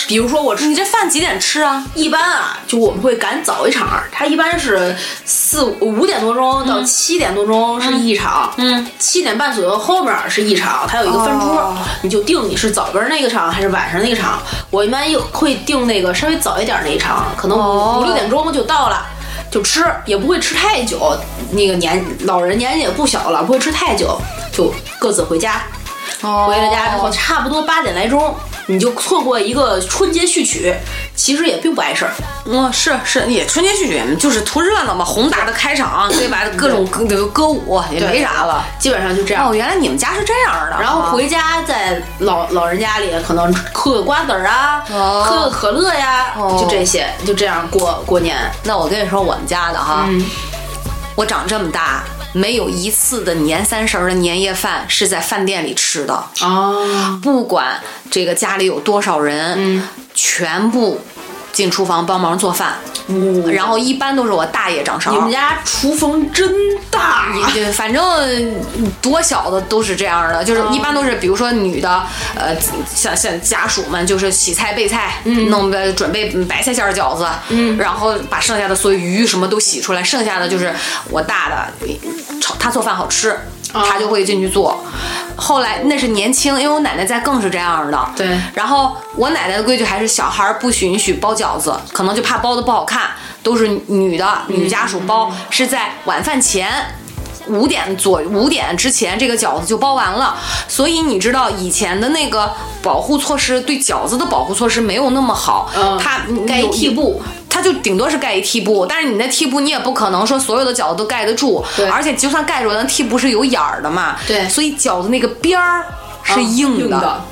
Speaker 2: 比如说我吃
Speaker 3: 你这饭几点吃啊？
Speaker 2: 一般啊，就我们会赶早一场儿，它一般是四五五点多钟到七点多钟是一场，
Speaker 3: 嗯，
Speaker 2: 七点半左右后面是一场，它有一个分桌，
Speaker 3: 哦
Speaker 2: 你就定你是早边儿那个场还是晚上那个场。我一般又会定那个稍微早一点儿那一场，可能
Speaker 3: 哦
Speaker 2: 五五六点钟就到了。就吃也不会吃太久，那个年老人年纪也不小了，不会吃太久，就各自回家。回了家之后，差不多八点来钟，你就错过一个春节序曲，其实也并不碍事儿。
Speaker 3: 嗯，是是，也春节序曲就是图热闹嘛，宏大的开场，对吧？各种歌歌舞也
Speaker 2: 对
Speaker 3: 没啥了。
Speaker 2: 基本上就这样。
Speaker 3: 哦，原来你们家是这样的。啊
Speaker 2: 然后回家在老老人家里，可能嗑个瓜子儿啊，
Speaker 3: 哦
Speaker 2: 喝个可乐呀，
Speaker 3: 哦
Speaker 2: 就这些，就这样过过年。
Speaker 3: 那我跟你说我们家的哈，我长这么大没有一次的年三十儿的年夜饭是在饭店里吃的，
Speaker 2: 哦，
Speaker 3: 不管这个家里有多少人，全部进厨房帮忙做饭，然后一般都是我大爷掌勺。
Speaker 2: 你们家厨房真大，
Speaker 3: 对，呃反正多小的都是这样的，就是一般都是，比如说女的，呃，像像家属们就是洗菜备菜，弄个准备白菜馅儿饺子，嗯，然后把剩下的所有鱼什么都洗出来，剩下的就是我大的炒，他做饭好吃，他就会进去做。后来那是年轻，因为我奶奶在更是这样的，
Speaker 2: 对
Speaker 3: 然后我奶奶的规矩还是小孩儿不允许包饺子，可能就怕包的不好看，都是女的女家属包，是在晚饭前。五点左五点之前，这个饺子就包完了。所以你知道以前的那个保护措施，对饺子的保护措施没有那么好。
Speaker 2: 嗯
Speaker 3: 它
Speaker 2: 盖一屉布，
Speaker 3: 它就顶多是盖一屉布，但是你那屉布你也不可能说所有的饺子都盖得住
Speaker 2: 对，
Speaker 3: 而且就算盖住了，那屉布是有眼儿的嘛。
Speaker 2: 对
Speaker 3: 所以饺子那个边儿
Speaker 2: 啊
Speaker 3: 是
Speaker 2: 硬的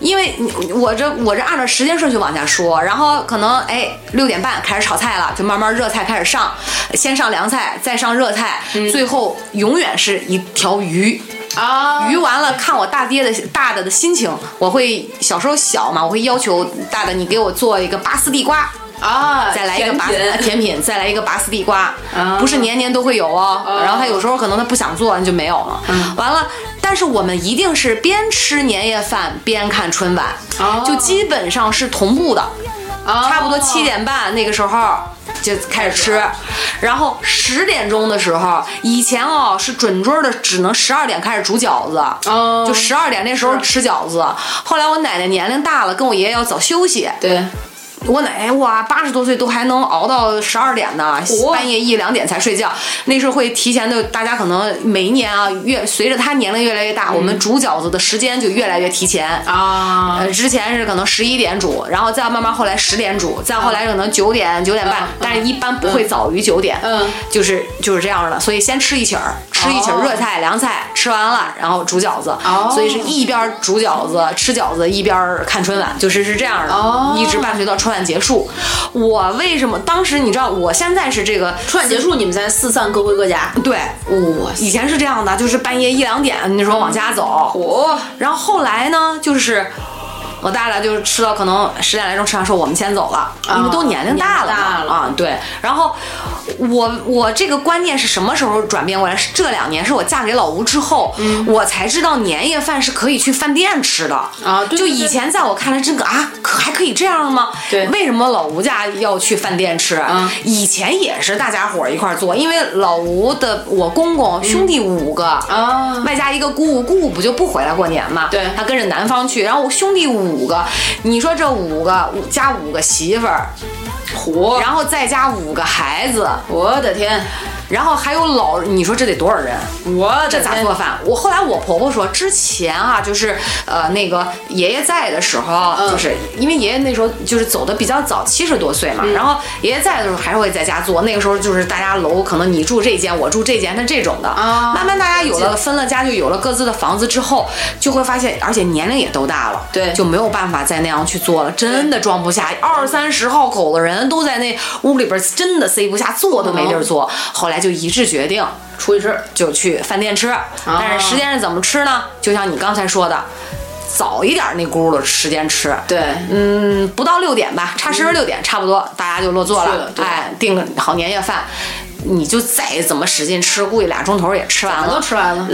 Speaker 3: 因为你我这我这按照时间顺序往下说，然后可能哎六点半开始炒菜了，就慢慢热菜开始上，先上凉菜，再上热菜，
Speaker 2: 嗯
Speaker 3: 最后永远是一条鱼。
Speaker 2: 啊
Speaker 3: 鱼完了，看我大爹的大的的心情，我会小时候小嘛，我会要求大的你给我做一个拔丝地瓜，
Speaker 2: 啊，
Speaker 3: 再来一个拔
Speaker 2: 甜
Speaker 3: 呃
Speaker 2: 品
Speaker 3: 甜品，再来一个拔丝地瓜
Speaker 2: 啊，
Speaker 3: 不是年年都会有哦。然后他有时候可能他不想做，那就没有了。
Speaker 2: 嗯
Speaker 3: 完了，但是我们一定是边吃年夜饭边看春晚
Speaker 2: 哦，
Speaker 3: 就基本上是同步的，
Speaker 2: 啊
Speaker 3: 差不多七点半那个时候。就开始
Speaker 2: 哦
Speaker 3: 吃，然后十点钟的时候，以前哦是准准儿的，只能十二点开始煮饺子，
Speaker 2: 哦
Speaker 3: 就十二点那时候吃饺子。后来我奶奶年龄大了，跟我爷爷要早休息，
Speaker 2: 哦对，
Speaker 3: 我奶奶哇，八十多岁都还能熬到十二点呢，
Speaker 2: 哇
Speaker 3: 半夜一两点才睡觉。那时候会提前的，大家可能每一年啊，越随着她年龄越来越大，我们煮饺子的时间就越来越提前。
Speaker 2: 啊
Speaker 3: 呃，之前是可能十一点煮，然后再慢慢后来十点煮，再后来可能九点九点半
Speaker 2: 嗯，
Speaker 3: 但是一般不会早于九点，
Speaker 2: 嗯，
Speaker 3: 就是就是这样的，所以先吃一起儿，吃一起儿
Speaker 2: 哦
Speaker 3: 热菜凉菜，吃完了然后煮饺子，
Speaker 2: 哦
Speaker 3: 所以是一边儿煮饺子吃饺子一边儿看春晚，就是是这样的，
Speaker 2: 哦
Speaker 3: 一直伴随到春晚结束。我为什么当时你知道，我现在是这个
Speaker 2: 春晚结束你们再四散各回各家。
Speaker 3: 对，
Speaker 2: 哇塞
Speaker 3: 以前是这样的，就是半夜一两点那时候往家走，
Speaker 2: 哦
Speaker 3: 然后后来呢，就是我大大就是吃到可能十点来钟吃完，说我们先走了，因为都年龄大了嘛
Speaker 2: 啊年龄大了
Speaker 3: 啊，对。然后我我这个观念是什么时候转变过来？是这两年，是我嫁给老吴之后，
Speaker 2: 嗯
Speaker 3: 我才知道年夜饭是可以去饭店吃的
Speaker 2: 啊对
Speaker 3: 就
Speaker 2: 对
Speaker 3: 以
Speaker 2: 对
Speaker 3: 前在我看来，这个啊，可还可以这样吗？
Speaker 2: 对
Speaker 3: 为什么老吴家要去饭店吃？
Speaker 2: 嗯
Speaker 3: 以前也是大家伙儿一块儿做，因为老吴的我公公兄弟五个啊
Speaker 2: 啊，
Speaker 3: 外加一个姑姑，姑姑不就不回来过年嘛？
Speaker 2: 对
Speaker 3: 他跟着男方去，然后我兄弟五个，你说这五个五加五个媳妇儿，
Speaker 2: 虎，
Speaker 3: 然后再加五个孩子，
Speaker 2: 我的天，
Speaker 3: 然后还有老，你说这得多少人？
Speaker 2: 我的
Speaker 3: 这
Speaker 2: 天
Speaker 3: 咋做饭？我后来我婆婆说，之前啊，就是呃那个爷爷在的时候，
Speaker 2: 嗯
Speaker 3: 就是因为爷爷那时候就是走的比较早，七十多岁嘛，然后爷爷在的时候还是会在家做。那个时候就是大家楼可能你住这间，我住这间，他这种的。
Speaker 2: 啊
Speaker 3: 慢慢大家有了分了家，就有了各自的房子之后，就会发现，而且年龄也都大了，
Speaker 2: 对
Speaker 3: 就没有办法再那样去做了，真的装不下。二三十号口的人都在那屋里边，真的塞不下，坐都没地儿坐。
Speaker 2: 哦
Speaker 3: 后来就一致决定。
Speaker 2: 出去吃，
Speaker 3: 就去饭店吃。
Speaker 2: 哦
Speaker 3: 但是时间是怎么吃呢？就像你刚才说的，早一点那轱辘时间吃。
Speaker 2: 对，
Speaker 3: 嗯，不到六点吧，差十分六点差不多，大家就落座
Speaker 2: 去
Speaker 3: 了
Speaker 2: 了。嗯对
Speaker 3: 哎，订个好年夜饭，你就再怎么使劲吃，估计俩钟头也吃完
Speaker 2: 俺
Speaker 3: 了
Speaker 2: 都。吃完了，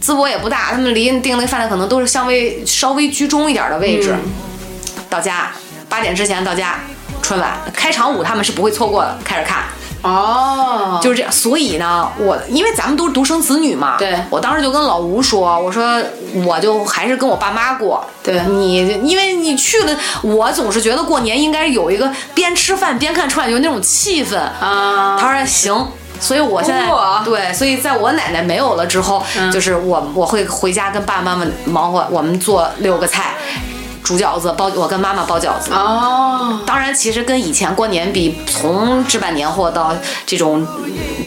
Speaker 3: 淄博也不大，他们离订那饭店可能都是相微稍微居中一点的位置。到家八点之前到家，春晚开场舞他们是不会错过的，开始看。
Speaker 2: 哦，
Speaker 3: 就是这样。所以呢，我因为咱们都是独生子女嘛，
Speaker 2: 对
Speaker 3: 我当时就跟老吴说，我说我就还是跟我爸妈过。
Speaker 2: 对
Speaker 3: 你，因为你去了，我总是觉得过年应该有一个边吃饭边看春晚有那种气氛。
Speaker 2: 啊，
Speaker 3: 他说行。所以我现在、
Speaker 2: 哇
Speaker 3: 对，所以在我奶奶没有了之后，
Speaker 2: 嗯
Speaker 3: 就是我我会回家跟爸爸妈妈忙活，我们做六个菜，煮饺子，包我跟妈妈包饺子，
Speaker 2: 哦，
Speaker 3: 当然，其实跟以前过年比，从置办年货到这种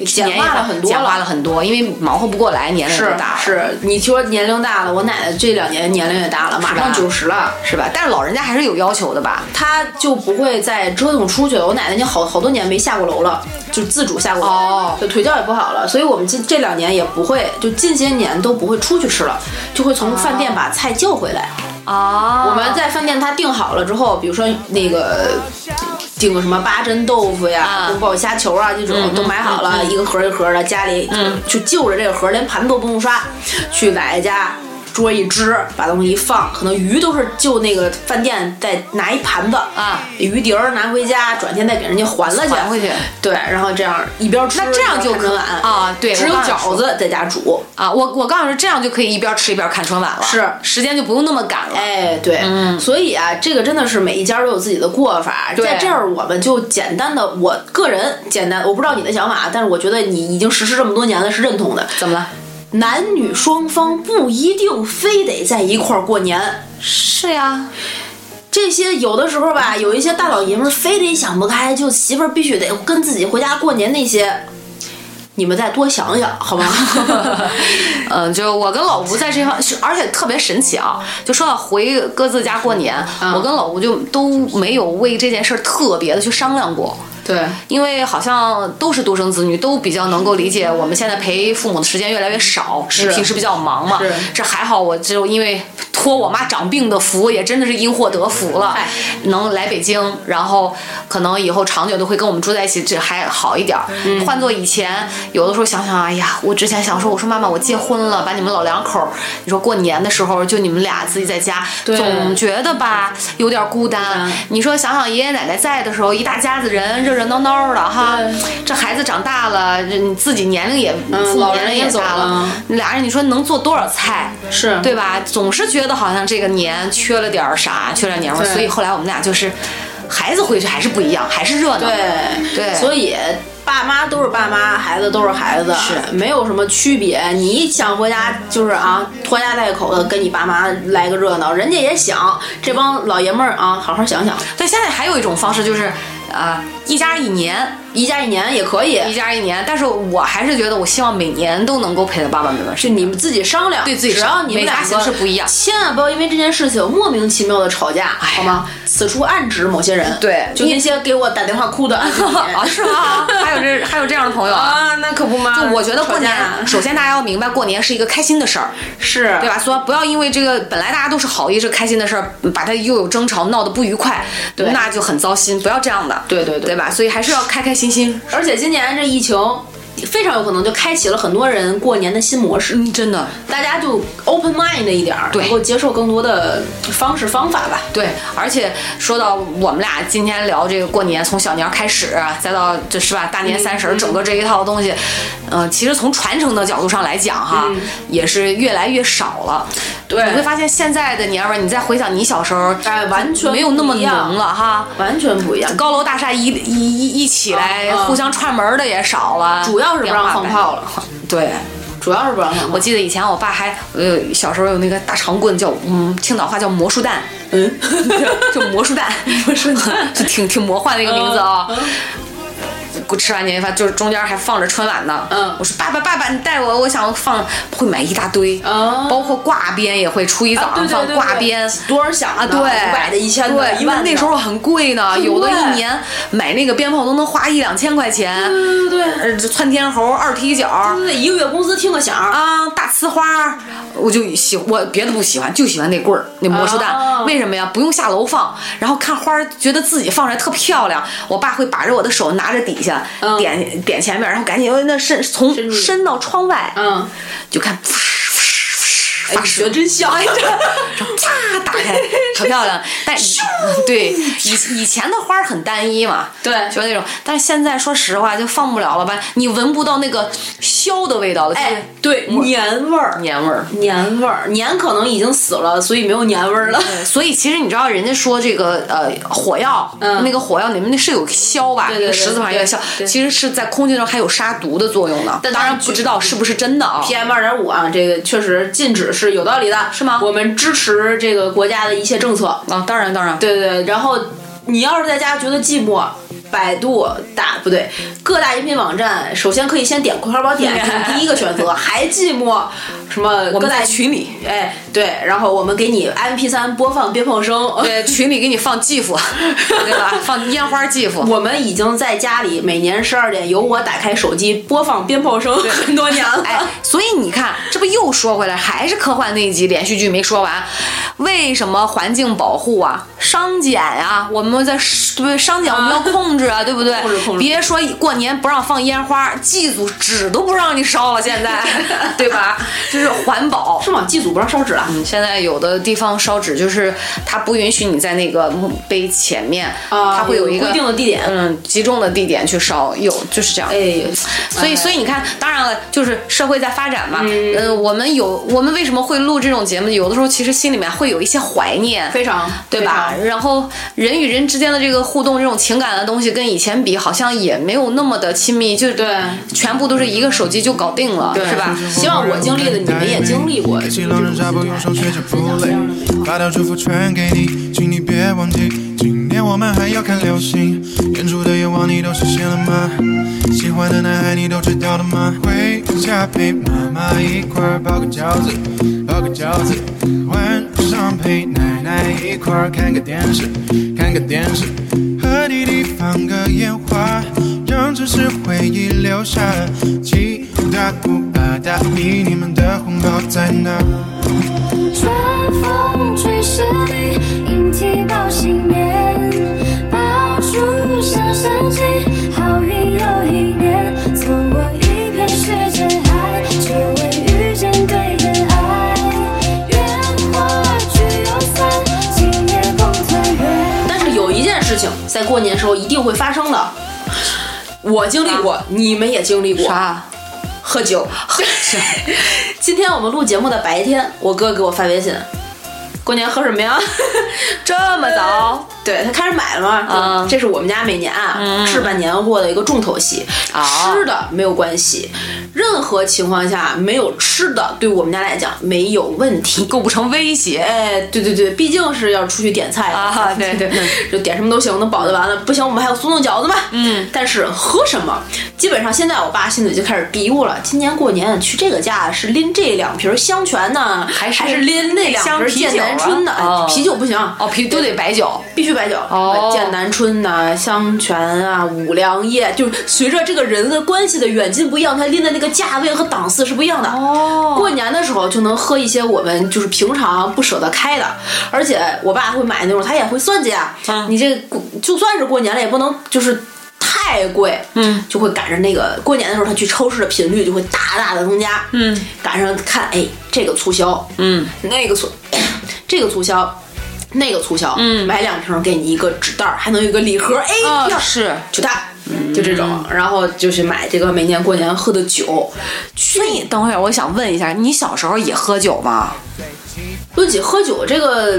Speaker 2: 简化
Speaker 3: 年夜饭
Speaker 2: 了很多
Speaker 3: 简化
Speaker 2: 了
Speaker 3: 了很多，因为忙活不过来，年龄
Speaker 2: 是
Speaker 3: 也大，
Speaker 2: 是，你说年龄大了，我奶奶这两年年龄也大了，马上
Speaker 3: 是吧
Speaker 2: 九十了。
Speaker 3: 是吧？但是老人家还是有要求的吧？
Speaker 2: 她就不会再折腾出去了。我奶奶已经好好多年没下过楼了，就自主下过楼，
Speaker 3: 哦
Speaker 2: 就腿脚也不好了，所以我们近这两年也不会，就近些年都不会出去吃了，就会从饭店把菜叫回来。
Speaker 3: 啊，
Speaker 2: 我们在饭店，他订好了之后，比如说那个订个什么八珍豆腐呀、
Speaker 3: 啊
Speaker 2: 宫保虾球啊这
Speaker 3: 嗯
Speaker 2: 种都买好了，一个盒儿一个盒儿的，家里就就着这个盒儿，连盘都不用刷，去奶奶家。桌一支，把东西一放，可能鱼都是就那个饭店再拿一盘子
Speaker 3: 啊，
Speaker 2: 鱼碟儿拿回家，转天再给人家还了去，
Speaker 3: 还回去
Speaker 2: 对，然后这样一边吃，
Speaker 3: 那这样就
Speaker 2: 一边看春晚
Speaker 3: 可啊对
Speaker 2: 只
Speaker 3: 我
Speaker 2: 有
Speaker 3: 刚想说
Speaker 2: 饺子在家煮，
Speaker 3: 啊，我我告诉你，这样就可以一边吃一边看春晚了，
Speaker 2: 是
Speaker 3: 时间就不用那么赶了。
Speaker 2: 哎，对，所以啊，这个真的是每一家都有自己的过法。
Speaker 3: 对
Speaker 2: 在这儿，我们就简单的，我个人简单，我不知道你的想法，但是我觉得你已经实施这么多年了，是认同的。
Speaker 3: 怎么了？
Speaker 2: 男女双方不一定非得在一块儿过年，
Speaker 3: 是呀，
Speaker 2: 这些有的时候吧，有一些大老爷们儿非得想不开，就媳妇儿必须得跟自己回家过年那些，你们再多想想，好吗？
Speaker 3: 嗯，就我跟老吴在这方，是而且特别神奇啊！就说到回各自家过年，我跟老吴就都没有为这件事儿特别的去商量过。
Speaker 2: 对，
Speaker 3: 因为好像都是独生子女，都比较能够理解我们现在陪父母的时间越来越少，是平时比较忙嘛
Speaker 2: 是。
Speaker 3: 这还好，我就因为托我妈长病的福，也真的是因祸得福了
Speaker 2: 嗨，
Speaker 3: 能来北京，然后可能以后长久的会跟我们住在一起，这还好一点儿。
Speaker 2: 嗯
Speaker 3: 换做以前，有的时候想想，哎呀，我之前想说，我说妈妈，我结婚了，把你们老两口儿，你说过年的时候就你们俩自己在家，
Speaker 2: 对
Speaker 3: 总觉得吧有点孤单。
Speaker 2: 单
Speaker 3: 你说想想爷爷奶奶在的时候，一大家子人热热闹闹的哈
Speaker 2: 对，
Speaker 3: 这孩子长大了，这你自己年龄也，
Speaker 2: 嗯
Speaker 3: 父母
Speaker 2: 老
Speaker 3: 年
Speaker 2: 人
Speaker 3: 龄
Speaker 2: 也
Speaker 3: 也
Speaker 2: 走
Speaker 3: 大
Speaker 2: 了嗯
Speaker 3: 了，俩人你说能做多少菜？
Speaker 2: 是
Speaker 3: 对吧？总是觉得好像这个年缺了点儿啥，缺了点儿，
Speaker 2: 对
Speaker 3: 所以后来我们俩就是，孩子回去还是不一样，还是热闹。
Speaker 2: 对
Speaker 3: 对
Speaker 2: 所以爸妈都是爸妈，孩子都是孩子，
Speaker 3: 是
Speaker 2: 没有什么区别。你想回家就是啊，拖家带口的跟你爸妈来个热闹，人家也想这帮老爷们儿啊，好好想想，
Speaker 3: 对，现在还有一种方式就是，啊、一家一年。
Speaker 2: 一家一年也可以，
Speaker 3: 一家一年，但是我还是觉得，我希望每年都能够陪着爸爸妈妈。
Speaker 2: 就你们自己商量，
Speaker 3: 对自己
Speaker 2: 只
Speaker 3: 商
Speaker 2: 要
Speaker 3: 量
Speaker 2: 你们
Speaker 3: 每
Speaker 2: 俩
Speaker 3: 家形式不一样哎
Speaker 2: 千万不要因为这件事情莫名其妙的吵架，好吗？此处暗指某些人，
Speaker 3: 对
Speaker 2: 就那些给我打电话哭的暗指你
Speaker 3: 啊，是吗？还有这还有这样的朋友啊。
Speaker 2: 啊，那可不嘛。
Speaker 3: 就我觉得过
Speaker 2: 吵
Speaker 3: 年
Speaker 2: 架啊，
Speaker 3: 首先大家要明白，过年是一个开心的事儿，
Speaker 2: 是啊
Speaker 3: 对吧？所以不要因为这个本来大家都是好意，是开心的事儿，把它又有争吵，闹得不愉快，
Speaker 2: 对
Speaker 3: 那就很糟心。不要这样的，
Speaker 2: 对对对
Speaker 3: 对吧？所以还是要开开心心。
Speaker 2: 而且今年这疫情，非常有可能就开启了很多人过年的新模式，
Speaker 3: 嗯，真的，
Speaker 2: 大家就 open mind 一点儿，
Speaker 3: 对
Speaker 2: 能够接受更多的方式方法吧。
Speaker 3: 对，而且说到我们俩今天聊这个过年，从小年儿开始，再到这是吧，大
Speaker 2: 嗯
Speaker 3: 年三十儿，整个这一套东西，嗯、其实从传承的角度上来讲哈，也是越来越少了。
Speaker 2: 嗯对
Speaker 3: 你会发现现在的年味儿，你再回想你小时候，
Speaker 2: 哎完全
Speaker 3: 没有那么
Speaker 2: 不一
Speaker 3: 浓
Speaker 2: 样
Speaker 3: 了哈。
Speaker 2: 完全不一样，
Speaker 3: 高楼大厦一一一一起来，
Speaker 2: 嗯嗯
Speaker 3: 互相串门儿的也少了，
Speaker 2: 主要是不让
Speaker 3: 啊变化
Speaker 2: 放
Speaker 3: 呗。
Speaker 2: 炮了，
Speaker 3: 对，
Speaker 2: 主要是不让放炮
Speaker 3: 我。记得以前我爸还呃小时候有那个大长棍叫，嗯青岛话叫魔术弹，
Speaker 2: 嗯，
Speaker 3: 就魔 术蛋，魔术蛋， 就挺挺魔幻的一个名字啊、
Speaker 2: 嗯呃
Speaker 3: 我吃完啊年夜饭，就是中间还放着春晚呢。
Speaker 2: 嗯
Speaker 3: 我说爸爸爸爸，你带我，我想放，会买一大堆，
Speaker 2: 哦
Speaker 3: 包括挂鞭也会，初一早
Speaker 2: 啊对
Speaker 3: 上
Speaker 2: 对
Speaker 3: 放
Speaker 2: 对
Speaker 3: 挂
Speaker 2: 对
Speaker 3: 鞭，
Speaker 2: 多少响
Speaker 3: 啊，
Speaker 2: 呢
Speaker 3: 对，
Speaker 2: 五百的、一千的、
Speaker 3: 对，
Speaker 2: 一
Speaker 3: 因为
Speaker 2: 万的
Speaker 3: 那时候很贵呢，有的
Speaker 2: 对
Speaker 3: 一年买那个鞭炮都能花一两千块钱，
Speaker 2: 对对对
Speaker 3: 呃，这窜天猴、二踢脚，
Speaker 2: 对对，一个月工资听个响儿，
Speaker 3: 啊，大呲花，我就喜我别的不喜欢，就喜欢那棍儿那魔术弹、
Speaker 2: 哦
Speaker 3: 为什么呀？不用下楼放，然后看花儿，觉得自己放出来特漂亮。我爸会把着我的手拿着底下、
Speaker 2: 嗯
Speaker 3: 点点前面，然后赶紧那伸从
Speaker 2: 伸出去
Speaker 3: 伸到窗外，
Speaker 2: 嗯，
Speaker 3: 就看。
Speaker 2: 哎，你学真像，
Speaker 3: 啪打开，可漂亮。但以对以以前的花儿很单一嘛，
Speaker 2: 对
Speaker 3: 就那种。但是现在说实话，就放不了了吧？你闻不到那个硝的味道 了，
Speaker 2: 哎，对，
Speaker 3: 我
Speaker 2: 年味儿
Speaker 3: 就是，年味儿。
Speaker 2: 年味儿，年可能已经死了，所以没有年味儿了。
Speaker 3: 所以其实你知道，人家说这个呃火药，
Speaker 2: 嗯
Speaker 3: 那个火药里面那是有硝吧？
Speaker 2: 对对对
Speaker 3: 石子旁有硝，
Speaker 2: 对对
Speaker 3: 其实是在空气中还有杀毒的作用呢。
Speaker 2: 但
Speaker 3: 当然
Speaker 2: 它
Speaker 3: 不知道是不是真的啊。
Speaker 2: PM 二点五啊，这个确实禁止是有道理的，
Speaker 3: 是吗
Speaker 2: 我们支持这个国家的一切政策。
Speaker 3: 啊，当然当然，
Speaker 2: 对对对，然后你要是在家觉得寂寞，百度打不对，各大音频网站首先可以先点葵花宝典，这 是第一个选择。还寂寞，什么
Speaker 3: 我
Speaker 2: 各
Speaker 3: 们
Speaker 2: 大
Speaker 3: 在群里，
Speaker 2: 哎对，然后我们给你 MP 3播放鞭炮声。
Speaker 3: 对群里给你放 寄付，对吧？放烟花寄付。
Speaker 2: 我们已经在家里每年十二点由我打开手机播放鞭炮声很多年了。
Speaker 3: 哎，所以你看，这不又说回来，还是科幻那一集连续剧没说完。为什么环境保护啊、商检啊，我们在对不对？商检我们要控制啊，对不对？
Speaker 2: 控制控制
Speaker 3: 别说过年不让放烟花，祭祖纸都不让你烧 了，现在，对吧？就是环保。
Speaker 2: 是吗？祭祖不让烧纸了。
Speaker 3: 嗯现在有的地方烧纸就是它不允许你在那个墓碑前面，
Speaker 2: 啊
Speaker 3: 它会有一个
Speaker 2: 有固定的地点
Speaker 3: 嗯，集中的地点去烧，有就是这样。
Speaker 2: 哎，
Speaker 3: 所以，所以你看，当然了，就是社会在发展嘛。嗯、我们有，我们为什么会录这种节目？有的时候其实心里面会有一些怀念，
Speaker 2: 非常
Speaker 3: 对吧？
Speaker 2: 非常
Speaker 3: 然后人与人之间的这个互动，这种情感的东西，跟以前比好像也没有那么的亲密，就
Speaker 2: 对
Speaker 3: 全部都是一个手机就搞定了，是吧？
Speaker 2: 希望我经历的你们也经历过。
Speaker 5: 一起狼人杀，不用手学着不累。把条祝福传给你，请你别忘记，今年我们还要看流星。远处的愿望你都实现了吗？喜欢的男孩你都知道了吗？回家陪妈妈一块儿包个饺子，包个饺子。晚上陪奶奶一块儿看个电视，看个电视。和弟弟放个烟花，让这是回忆留下。七大姑八大姨，你们的红包在哪？
Speaker 6: 春风吹十里，莺啼报新年，爆竹声声起，好运又一年。错过一片雪尘埃，只为遇见对的爱。烟花聚又散，今夜共团圆。
Speaker 2: 但是有一件事情在过年时候一定会发生的，我经历过，你们也经历过。
Speaker 3: 啥？
Speaker 2: 喝 酒，喝酒。今天我们录节目的白天，我哥给我发微信，过年喝什么 呀？
Speaker 3: 这么早？
Speaker 2: 对他开始买了嘛，
Speaker 3: 嗯
Speaker 2: 这是我们家每年啊、置办年货的一个重头戏。
Speaker 3: 啊
Speaker 2: 吃的没有关系，任何情况下没有吃的，对我们家来讲没有问题。
Speaker 3: 构不成威胁
Speaker 2: 哎，对对对，毕竟是要出去点菜的
Speaker 3: 啊对对，
Speaker 2: 就点什么都行，能饱就完了。不行，我们还有速冻饺子嘛。嗯，但是喝什么，基本上现在我爸心里就开始嘀咕了，今年过年去这个家是拎这两瓶香泉呢，还
Speaker 3: 是
Speaker 2: 拎那两
Speaker 3: 香
Speaker 2: 瓶
Speaker 3: 啤酒
Speaker 2: 剑南春呢？
Speaker 3: 啊哦
Speaker 2: 哎啤酒不行，
Speaker 3: 哦，啤都得白酒，
Speaker 2: 必须白酒，呃
Speaker 3: 哦
Speaker 2: 剑南春呐、香泉啊、五粮液，就是随着这个人的关系的远近不一样，他拎的那个价位和档次是不一样的。
Speaker 3: 哦
Speaker 2: 过年的时候就能喝一些我们就是平常不舍得开的，而且我爸会买那种，他也会算计啊，
Speaker 3: 嗯
Speaker 2: 你这就算是过年了，也不能就是。太贵，
Speaker 3: 嗯，
Speaker 2: 就会赶上那个过年的时候，他去超市的频率就会大大的增加，嗯，赶上看，哎，这个促销，
Speaker 3: 嗯，
Speaker 2: 那个促， 这个促销，那个促销，嗯，买两瓶给你一个纸袋儿，还能有一个礼盒，哎，
Speaker 3: 啊
Speaker 2: 要
Speaker 3: 是
Speaker 2: 就它，就这种，然后就是买这个每年过年喝的酒。去
Speaker 3: 那你等会儿，我想问一下，你小时候也喝酒吗？
Speaker 2: 论起喝酒这个，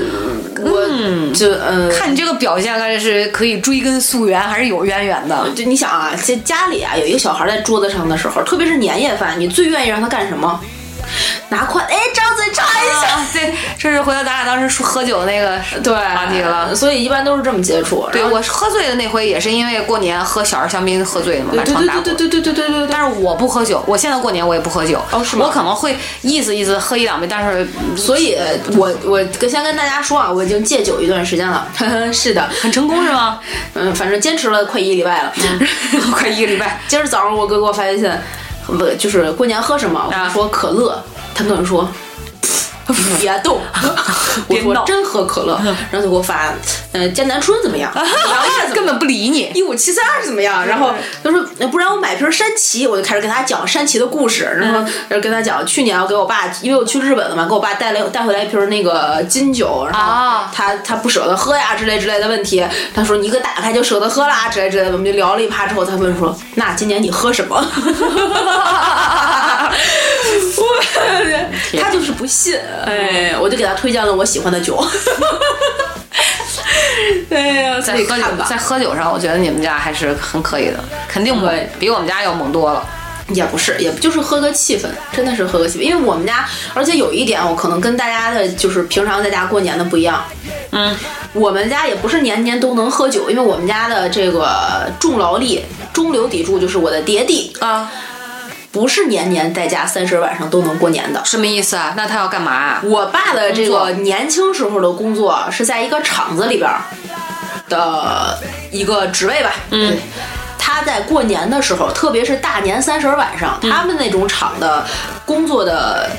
Speaker 2: 我就呃，
Speaker 3: 看你这个表现，看是可以追根溯源，还是有渊源的。
Speaker 2: 就你想啊，这家里啊有一个小孩在桌子上的时候，特别是年夜饭，你最愿意让他干什么？拿筷，哎，张嘴尝一下。
Speaker 3: 啊，对，这是回到咱俩当时说喝酒那个
Speaker 2: 对，
Speaker 3: 话题了。
Speaker 2: 所以一般都是这么接触。
Speaker 3: 对
Speaker 2: 然后
Speaker 3: 我喝醉的那回也是因为过年喝小儿香槟喝醉了嘛，
Speaker 2: 对
Speaker 3: 把
Speaker 2: 对
Speaker 3: 床打
Speaker 2: 对
Speaker 3: 滚。
Speaker 2: 对对对对对对对。
Speaker 3: 但是我不喝酒，我现在过年我也不喝酒。
Speaker 2: 哦是吗
Speaker 3: 我可能会意思意思喝一两杯，但是
Speaker 2: 所以我，我跟先跟大家说啊，我已经戒酒一段时间了。 是的，
Speaker 3: 很成功是吗？ 嗯
Speaker 2: 嗯，反正坚持了快一礼拜了。
Speaker 3: 快一个礼拜，
Speaker 2: 今儿早上我哥给我发微信，不就是过年喝什么？
Speaker 3: 啊
Speaker 2: 我说可乐，他跟我说。别 动！我
Speaker 3: 别
Speaker 2: 说
Speaker 3: 闹嗯
Speaker 2: 真喝可乐，然后就给我发，呃，江南春怎 么样？
Speaker 3: 根本不理你。嗯
Speaker 2: 一五七三二怎么样？然后他说，呃不然我买瓶山崎，我就开始跟他讲山崎的故事，然
Speaker 3: 嗯
Speaker 2: 后然后跟他讲，去年我给我爸，因为我去日本了嘛，给我爸带来带回来一瓶那个呃金酒，然后
Speaker 3: 啊
Speaker 2: 他他不舍得喝呀之类之类的问题，他说你可打开就舍得喝啦之类之类的，我们就聊了一趴之后，他问说，那今年你喝什么？ 我他就是不信，哎，我就给他推荐了我喜欢的酒。 哎呀，
Speaker 3: 在
Speaker 2: 自己
Speaker 3: 喝酒
Speaker 2: 看吧，
Speaker 3: 在喝酒上，我觉得你们家还是很可以的，肯定猛
Speaker 2: 对
Speaker 3: 比我们家要猛多了。
Speaker 2: 也不是，也不就是喝个气氛，真的是喝个气氛。因为我们家，而且有一点，我可能跟大家的就是平常在家过年的不一样。
Speaker 3: 嗯，
Speaker 2: 我们家也不是年年都能喝酒，因为我们家的这个重劳力、中流砥柱就是我的爹地，
Speaker 3: 啊，
Speaker 2: 不是年年在家三十晚上都能过年的。
Speaker 3: 什么意思啊？那他要干嘛啊？
Speaker 2: 我爸的这
Speaker 3: 工
Speaker 2: 个
Speaker 3: 作
Speaker 2: 年轻时候的工作是在一个厂子里边儿的一个职位吧，嗯。他在过年的时候，特别是大年三十儿晚
Speaker 3: 嗯
Speaker 2: 上，他们那种厂的工作的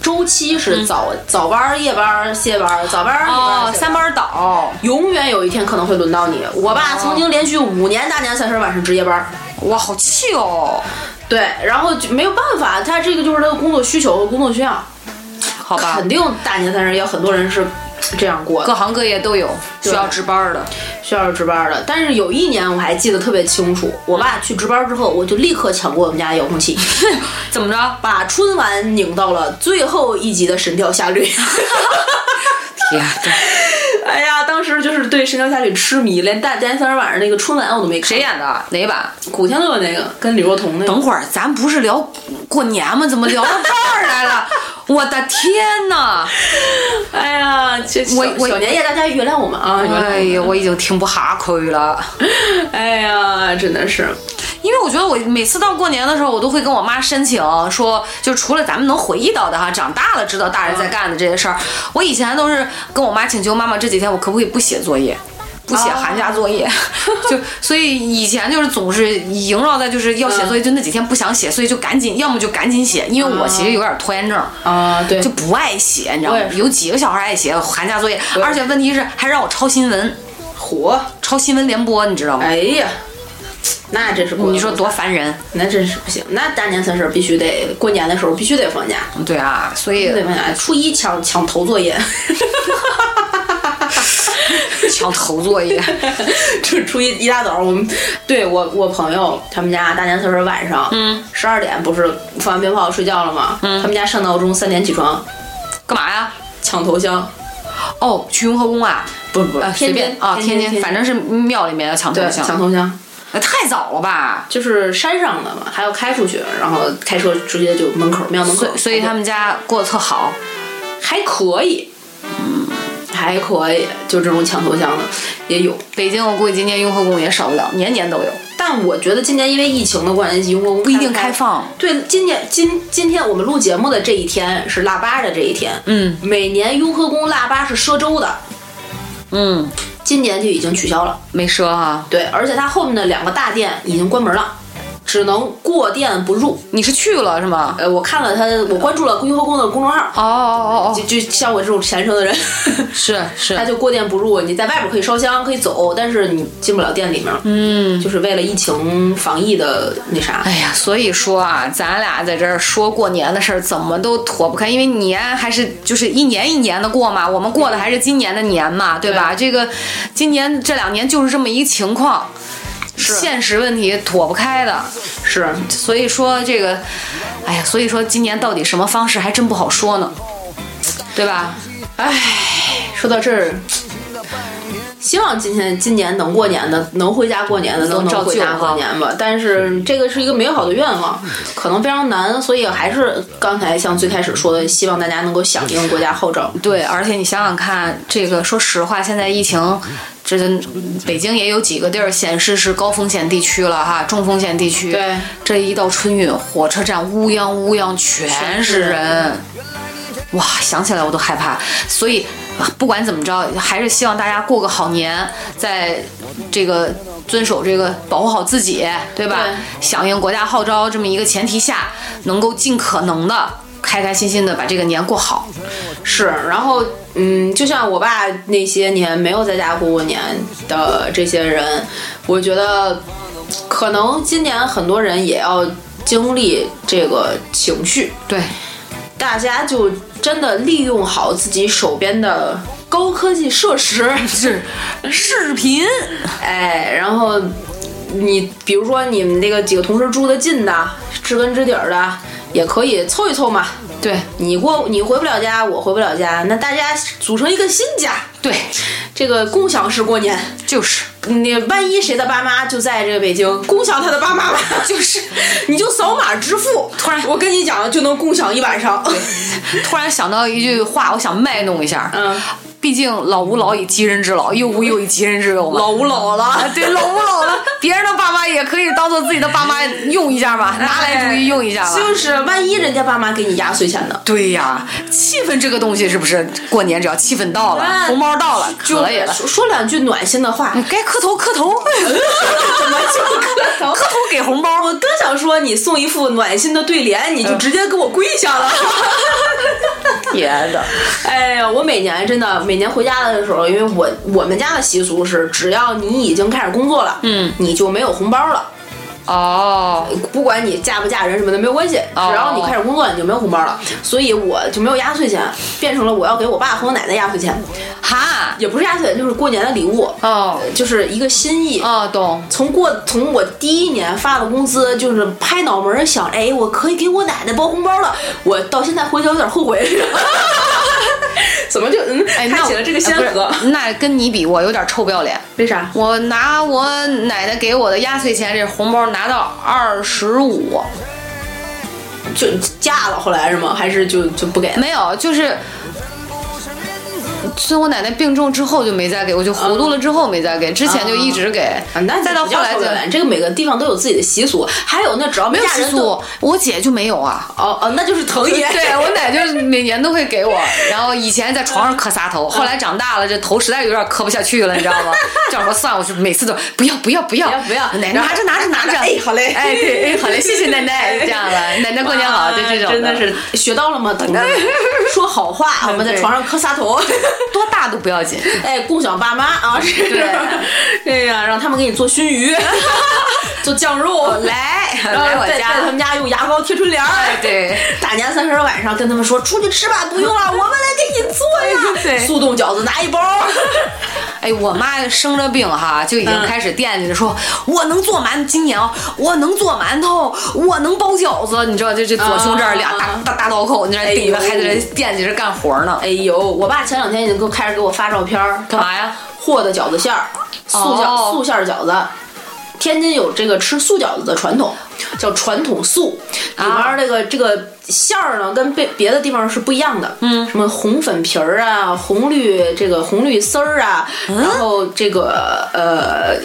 Speaker 2: 周期是早、早班儿、夜班儿、夜班儿、早班儿、夜班儿、
Speaker 3: 嗯哦，
Speaker 2: 夜班儿
Speaker 3: 三班倒，
Speaker 2: 永远有一天可能会轮到你。我爸曾经连续五年大年三十儿晚上值夜班儿，
Speaker 3: 哇，好气哦！
Speaker 2: 对，然后就没有办法，他这个就是他的工作需求和工作需要，
Speaker 3: 好吧
Speaker 2: 肯，定大年三十儿有很多人是这样过的。
Speaker 3: 各行各业都有需要值班的。
Speaker 2: 需要值班的。但是有一年我还记得特别清楚，我爸去值班之后，我就立刻抢过我们家的遥控 器，
Speaker 3: 怎么着？
Speaker 2: 把春晚拧到了最后一集的《神雕侠侣》。
Speaker 3: 天啊，这
Speaker 2: 哎呀，当时就是对《神雕侠侣》痴迷，连大年三十晚上那个春晚我都没看。
Speaker 3: 谁？演的？哪一版？
Speaker 2: 古天乐那个跟李若彤那个。
Speaker 3: 等会儿，咱不是聊过年吗？怎么聊到这儿来了？我的天呐！
Speaker 2: 哎呀，这
Speaker 3: 我
Speaker 2: 小
Speaker 3: 我
Speaker 2: 小年夜大家原谅我们啊！原谅我们
Speaker 3: 哎呀，我已经听不下去了。
Speaker 2: 哎呀，真的是，
Speaker 3: 因为我觉得我每次到过年的时候，我都会跟我妈申请说，就除了咱们能回忆到的哈，长大了知道大人在干的这些事儿，
Speaker 2: 嗯
Speaker 3: 我以前都是跟我妈请求，妈妈这几天我可不可以不写作业？不写寒假作业，就所以以前就是总是萦绕在就是要写作业，就那几天不想写，所以就赶紧，要么就赶紧写，因为我其实有点拖延症
Speaker 2: 啊对
Speaker 3: 就不爱写，你知道吗
Speaker 2: 我也？是
Speaker 3: 有几个小孩爱写寒假作业，而且问题是还让我抄新闻，
Speaker 2: 火，
Speaker 3: 抄新闻联播，你知道吗？
Speaker 2: 哎呀，那真是过得
Speaker 3: 你说
Speaker 2: 不
Speaker 3: 多烦人。
Speaker 2: 那真是不行，那大年三十必须得过年的时候必须得放假，
Speaker 3: 对啊，所以
Speaker 2: 必须得放假。初一抢抢头作 业，
Speaker 3: 抢头作业，
Speaker 2: 这初一一大早我们对我我朋友他们家大年三十晚上，嗯，十二点不是放完鞭炮睡觉了吗？嗯，他们家上闹钟三点起床
Speaker 3: 干嘛呀？
Speaker 2: 抢头香，
Speaker 3: 哦，去雍和宫啊？
Speaker 2: 不是不
Speaker 3: 呃，
Speaker 2: 是，
Speaker 3: 随便啊，天
Speaker 2: 天
Speaker 3: 津，反正是庙里面要抢头
Speaker 2: 对
Speaker 3: 香，
Speaker 2: 抢头香。
Speaker 3: 呃太早了吧？
Speaker 2: 就是山上的嘛，还要开出去，然后开车直接就门口庙门口
Speaker 3: 所，以所以他们家过得特好，
Speaker 2: 还可以，嗯，还可以，就这种抢头香的也有。
Speaker 3: 北京我估计今年雍和宫也少不了，年年都有。
Speaker 2: 但但我觉得今年因为疫情的关系，我
Speaker 3: 不一定开放。
Speaker 2: 对，今年今今天我们录节目的这一天是腊八的这一天。
Speaker 3: 嗯，
Speaker 2: 每年雍和宫腊八是赊粥的，
Speaker 3: 嗯，
Speaker 2: 今年就已经取消了。
Speaker 3: 没赊啊？
Speaker 2: 对，而且它后面的两个大店已经关门了，只能过店不入。
Speaker 3: 你是去了是吗？
Speaker 2: 呃，我看了他，我关注了雍和宫的公众号，
Speaker 3: 哦哦哦
Speaker 2: 就就像我这种虔诚的人，
Speaker 3: 是是
Speaker 2: 他就过店不入。你在外边可以烧香，可以走，但是你进不了店里面。
Speaker 3: 嗯，
Speaker 2: 就是为了疫情防疫的那啥。
Speaker 3: 哎呀，所以说啊，咱俩在这儿说过年的事儿，怎么都脱不开，因为年还是就是一年一年的过嘛，我们过的还是今年的年嘛，对吧？这个今年这两年就是这么一情况，现实问题躲不开的。
Speaker 2: 是，
Speaker 3: 所以说这个，哎呀，所以说今年到底什么方式还真不好说呢，对吧？
Speaker 2: 说到这儿。希望今天今年能过年的，能回家过年的，
Speaker 3: 都能
Speaker 2: 照
Speaker 3: 回
Speaker 2: 回
Speaker 3: 家
Speaker 2: 家过
Speaker 3: 哈
Speaker 2: 年吧。但是这个是一个美好的愿望，可能非常难，所以还是刚才像最开始说的，希望大家能够响应国家号召。
Speaker 3: 对，而且你想想看，这个说实话，现在疫情，这北京也有几个地儿显示是高风险地区了哈，重风险地区。
Speaker 2: 对，
Speaker 3: 这一到春运，火车站乌泱乌泱全是人，哇，想起来我都害怕。所以不管怎么着，还是希望大家过个好年，在这个遵守这个保护好自己，对吧？
Speaker 2: 对
Speaker 3: 响应国家号召这么一个前提下，能够尽可能的开开心心的把这个年过好。
Speaker 2: 是，然后嗯，就像我爸那些年没有在家过过年的这些人，我觉得可能今年很多人也要经历这个情绪，
Speaker 3: 对。
Speaker 2: 大家就真的利用好自己手边的高科技设施，是
Speaker 3: 视频，
Speaker 2: 哎，然后你比如说你们这个几个同事住得近的，知根知底儿的，也可以凑一凑嘛。
Speaker 3: 对
Speaker 2: 你过你回不了家，我回不了家，那大家组成一个新家，
Speaker 3: 对，
Speaker 2: 这个共享式过年。
Speaker 3: 就是
Speaker 2: 你万一谁的爸妈就在这个北京，共享他的爸妈吧， 就是你就扫码支付，突然我跟你讲就能共享一晚上。
Speaker 3: 突然想到一句话，我想卖弄一下。
Speaker 2: 嗯，
Speaker 3: 毕竟老吾老以及人之老，幼吾幼以及人之幼嘛。啊
Speaker 2: 老吾老了，
Speaker 3: 对老吾 老了，别人的爸妈也可以当做自己的爸妈用一下吧，拿来主义用一下吧。
Speaker 2: 哎就是万一人家爸妈给你压岁钱呢，
Speaker 3: 对呀，气氛这个东西是不是？过年只要气氛到了，
Speaker 2: 那
Speaker 3: 红包到了，
Speaker 2: 哎就
Speaker 3: 可以了。嗯
Speaker 2: 说说两句暖心的话。
Speaker 3: 该磕头磕头，
Speaker 2: 怎么就磕 头？
Speaker 3: 磕头给红包。
Speaker 2: 我刚想说，你送一副暖心的对联，你就
Speaker 3: 嗯
Speaker 2: 直接给我跪下了。
Speaker 3: 天的，
Speaker 2: 哎呀，我每年真的每年回家的时候，因为我我们家的习俗是，只要你已经开始工作了，
Speaker 3: 嗯，
Speaker 2: 你就没有红包了，
Speaker 3: 哦，
Speaker 2: 不管你嫁不嫁人什么的没有关系，
Speaker 3: 哦
Speaker 2: 只要你开始工作，你就没有红包了。所以我就没有压岁钱，变成了我要给我爸和我奶奶压岁钱，
Speaker 3: 哈，
Speaker 2: 也不是压岁钱，就是过年的礼物，
Speaker 3: 哦，
Speaker 2: 就是一个心意。
Speaker 3: 哦，懂。
Speaker 2: 从过从我第一年发的工资，就是拍脑门儿想，哎，我可以给我奶奶包红包了。我到现在回想有点后悔， 怎么就嗯开
Speaker 3: 哎，那
Speaker 2: 启了这个先河
Speaker 3: 呃？不是那跟你比，我有点臭不要脸。
Speaker 2: 为啥？
Speaker 3: 我拿我奶奶给我的压岁钱，这红包拿到二十五，
Speaker 2: 就嫁了后来是吗？还是就就不给啊了？
Speaker 3: 没有，就是自我奶奶病重之后就没再给，我就糊涂了之后没再给，之前就一直给，
Speaker 2: 啊那
Speaker 3: 再到
Speaker 2: 比较
Speaker 3: 后来
Speaker 2: 后
Speaker 3: 就
Speaker 2: 来，这个每个地方都有自己的习俗，还有那只要
Speaker 3: 没有
Speaker 2: 嫁
Speaker 3: 习
Speaker 2: 人都
Speaker 3: 俗，我姐就没有啊。
Speaker 2: 哦哦，那就是疼 爷。
Speaker 3: 对我奶就是每年都会给我，然后以前在床上磕仨头，后来长大了这头实在有点磕不下去了，你知道吗？叫什么算，我就每次都不要不要不要
Speaker 2: 不要不要
Speaker 3: 奶奶
Speaker 2: 然后
Speaker 3: 拿着拿着拿着，
Speaker 2: 哎好嘞
Speaker 3: 哎对哎好嘞，谢谢奶 奶，这样了，奶奶过年好，就这种
Speaker 2: 啊真的是学到了吗？等 着说好话，我们在
Speaker 3: 嗯对
Speaker 2: 床上磕仨头。
Speaker 3: 多大都不要紧，
Speaker 2: 哎，共享爸妈啊，是
Speaker 3: 对
Speaker 2: 这样让他们给你做熏 鱼，做酱肉，
Speaker 3: 来
Speaker 2: 然后
Speaker 3: 来我
Speaker 2: 在在他
Speaker 3: 家
Speaker 2: 们，家用牙膏贴春联儿。
Speaker 3: 对，
Speaker 2: 大年三十晚上跟他们说出去吃吧，不 用了，我们来给你做呀。
Speaker 3: 对
Speaker 2: 速冻饺子拿一 包。
Speaker 3: 哎，我妈生着病哈，就已经
Speaker 2: 嗯
Speaker 3: 开始惦记着说，我能做馒，今年哦，我能做馒头，我能包饺子，你知道这这左胸这儿俩大
Speaker 2: 啊
Speaker 3: 大大刀口，你知道
Speaker 2: 哎呦
Speaker 3: 顶着还在这惦记着干活呢，
Speaker 2: 哎呦，我爸前两天已经给我开始给我发照片儿，
Speaker 3: 干嘛呀？
Speaker 2: 和的饺子馅儿，素饺、
Speaker 3: 哦
Speaker 2: 素馅儿饺子。天津有这个吃素饺子的传统，叫传统素，里面儿这
Speaker 3: 啊
Speaker 2: 个、这个馅儿呢，跟别别的地方是不一样的。嗯，什么红粉皮儿
Speaker 3: 嗯
Speaker 2: 啊，红绿这个红绿丝儿啊，然后这个呃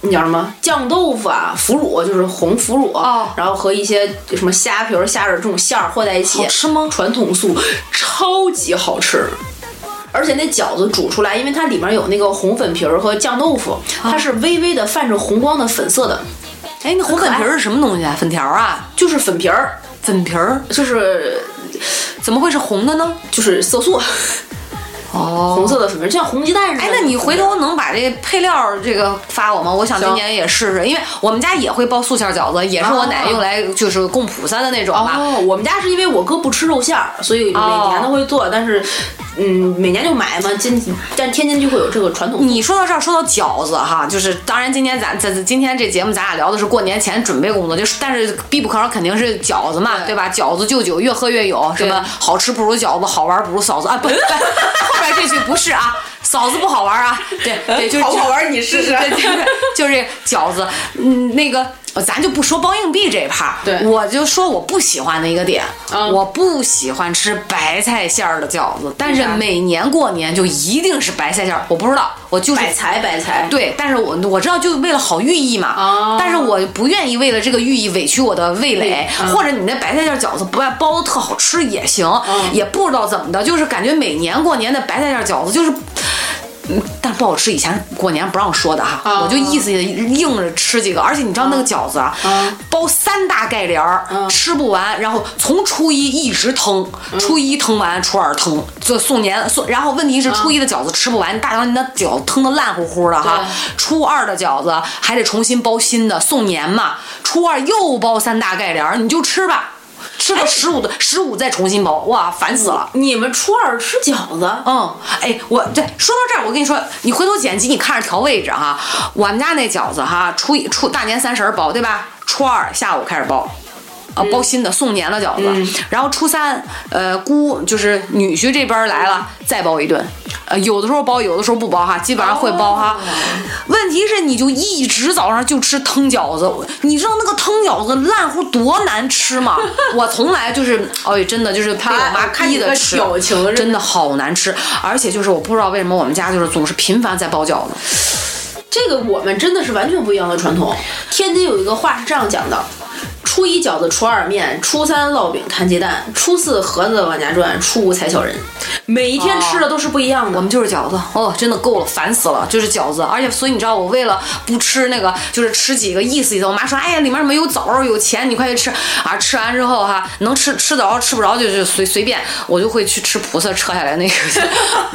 Speaker 2: 那叫什么酱豆腐啊、腐乳，就是红腐乳，
Speaker 3: 哦
Speaker 2: 然后和一些什么虾皮儿、虾仁儿这种馅儿和在一起，
Speaker 3: 好吃吗
Speaker 2: 传统素超级好吃。而且那饺子煮出来，因为它里面有那个红粉皮儿和酱豆
Speaker 3: 啊
Speaker 2: 腐，它是微微的泛着红光的粉色的，
Speaker 3: 哎，那红粉皮儿是什么东西啊？粉条啊？
Speaker 2: 就是粉皮儿，
Speaker 3: 粉皮儿
Speaker 2: 就是
Speaker 3: 怎么会是红的呢？
Speaker 2: 就是色素，
Speaker 3: 哦
Speaker 2: 红色的粉皮儿，就像红鸡蛋似的。
Speaker 3: 哎，那你回头能把这配料儿这个发我吗？我想今
Speaker 2: 行
Speaker 3: 年也试试，因为我们家也会包素馅儿饺子，也是我奶奶用来就是供菩萨的那种嘛。
Speaker 2: 哦，我们家是因为我哥不吃肉馅儿，所以
Speaker 3: 哦
Speaker 2: 每年都会做，但是，嗯，每年就买嘛。今但天津就会有这个传统。
Speaker 3: 你说到这儿，说到饺子哈，就是当然今天咱咱咱今天这节目咱俩聊的是过年前准备工作，就是但是必不可少肯定是饺子嘛，对吧？饺子就酒，越喝越有，什
Speaker 2: 对
Speaker 3: 么好吃不如饺子，好玩不如嫂子啊！不，不 后边这句不是啊，嫂子不好玩啊，对对， 就是
Speaker 2: 好不好玩你试试
Speaker 3: 对 对对，就是这饺子，嗯，那个。咱就不说包硬币这一趴，
Speaker 2: 对
Speaker 3: 我就说我不喜欢的一个点，
Speaker 2: 嗯
Speaker 3: 我不喜欢吃白菜馅儿的饺子，但是
Speaker 2: 为啥
Speaker 3: 每年过年就一定是白菜馅儿，我不知道，我就是
Speaker 2: 百财百财，
Speaker 3: 对，但是我我知道就为了好寓意嘛，
Speaker 2: 哦
Speaker 3: 但是我不愿意为了这个寓意委屈我的味蕾，
Speaker 2: 嗯
Speaker 3: 或者你那白菜馅儿饺子不爱包的特好吃也行，
Speaker 2: 嗯
Speaker 3: 也不知道怎么的，就是感觉每年过年的白菜馅儿饺子就是。嗯，但不好吃。以前是过年不让说的哈，
Speaker 2: 哦
Speaker 3: 我就意思硬着吃几个。而且你知道那个饺子啊，
Speaker 2: 嗯
Speaker 3: 包三大盖帘儿，
Speaker 2: 嗯
Speaker 3: 吃不完，然后从初一一直腾，初一腾完，初二腾，就送年送。然后问
Speaker 2: 嗯
Speaker 3: 题是初一的饺子吃不完，你大娘你那饺子腾的烂乎乎的哈
Speaker 2: 对。
Speaker 3: 初二的饺子还得重新包新的，送年嘛。初二又包三大盖帘儿，你就吃吧，吃到十五的十五再重新包，哇，烦死了。
Speaker 2: 你们初二吃饺子，
Speaker 3: 嗯，哎，我对，说到这儿，我跟你说，你回头剪辑，你看着调位置哈。我们家那饺子哈，初一初大年三十儿包，对吧？初二下午开始包。啊，
Speaker 2: 嗯
Speaker 3: 包新的送年的饺子，然后初三，呃，姑就是女婿这边儿来了，再包一顿，呃，有的时候包，有的时候不包哈，基本上会包
Speaker 2: 哦
Speaker 3: 哈。问题是，你就一直早上就吃腾饺子，你知道那个腾饺子烂乎多难吃吗？ 我从来就是，哎，真的就是被我妈
Speaker 2: 看
Speaker 3: 逼
Speaker 2: 你
Speaker 3: 的
Speaker 2: 的
Speaker 3: 吃，
Speaker 2: 表情是
Speaker 3: 真的好难吃，而且就是我不知道为什么我们家就是总是频繁在包饺子。
Speaker 2: 这个我们真的是完全不一样的传统。天津有一个话是这样讲的：初一饺子，初二面，初三烙饼摊鸡蛋，初四盒子往家转，初五踩小人。每一天吃的都是不一样的。
Speaker 3: 我们就是饺子，哦，真的够了，烦死了，就是饺子。而且，所以你知道，我为了不吃那个，就是吃几个意思意思。我妈说，哎呀，里面没有枣儿，有钱，你快去吃啊！吃完之后哈，能吃吃得着，吃不着就就随随便，我就会去吃菩萨撤下来那个